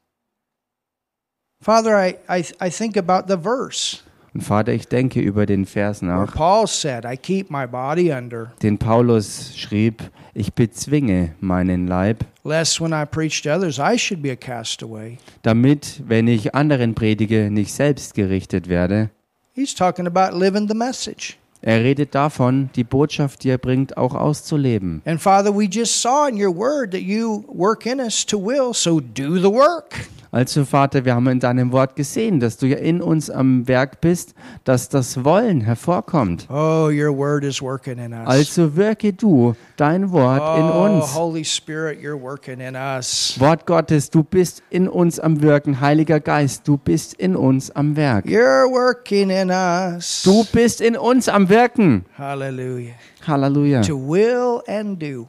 Father, I, I, I think about the verse Und Vater, ich denke über den Vers where nach, Paul said, I keep my body under, den Paulus schrieb, ich bezwinge meinen Leib, lest when I preach to others, I should be a castaway. damit, wenn ich anderen predige, nicht selbst gerichtet werde. He's talking about living the message. Er redet davon, die Botschaft, die er bringt, auch auszuleben. And Father, we just saw in your word that you work in us to will, so do the work. Also Vater, wir haben in deinem Wort gesehen, dass du ja in uns am Werk bist, dass das Wollen hervorkommt. Oh, your word is working in us. Also wirke du dein Wort in Oh, uns. Holy Spirit, you're working in us. Wort Gottes, du bist in uns am Wirken. Heiliger Geist, du bist in uns am Werk. You're working in us. Du bist in uns am Wirken. Hallelujah. Halleluja. To will and do.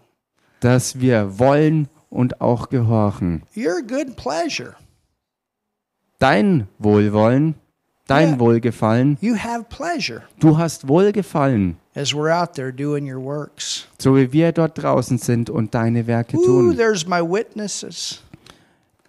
Dass wir wollen und auch gehorchen. Your good pleasure. Dein Wohlwollen, dein Ja. Wohlgefallen. You have pleasure Du hast Wohlgefallen, as we're out there doing your works. so wie wir dort draußen sind und deine Werke Ooh, tun. there's my witnesses.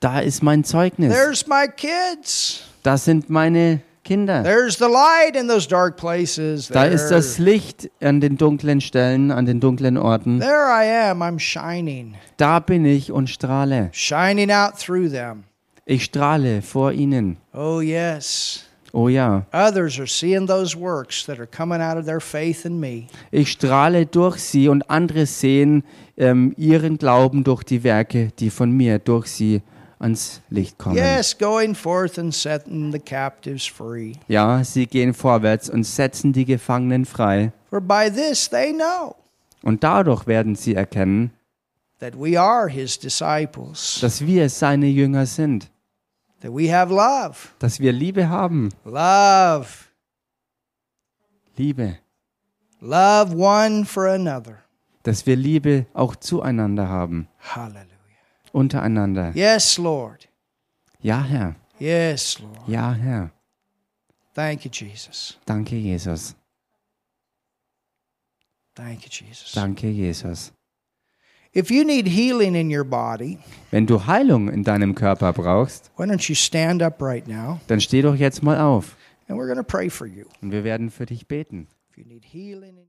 Da ist mein Zeugnis. There's my kids. Das sind meine Kinder. There's the light in those dark places. Da There, ist das Licht an den dunklen Stellen, an den dunklen Orten. there I am. I'm shining, Da bin ich und strahle. shining out through them. Ich strahle vor ihnen. Oh, yes. Oh ja, Others are seeing those works that are coming out of their faith in me. ich strahle durch sie und andere sehen ähm, ihren Glauben durch die Werke, die von mir durch sie ans Licht kommen. Yes, going forth and setting the captives free. Ja, sie gehen vorwärts und setzen die Gefangenen frei. For by this they know Und dadurch werden sie erkennen, that we are his disciples, dass wir seine Jünger sind, that we have love. dass wir Liebe haben. Love. Liebe. Love one for another. Dass wir Liebe auch zueinander haben, Hallelujah. untereinander. Yes, Lord. Ja, Herr. Yes, Lord. Ja, Herr. Thank you, Jesus. Danke, Jesus. Thank you, Jesus. Danke, Jesus. If you need healing in your body, Wenn du Heilung in deinem Körper brauchst, why don't you stand up right now dann steh doch jetzt mal auf and we're going to pray for you. und wir werden für dich beten. If you need healing, in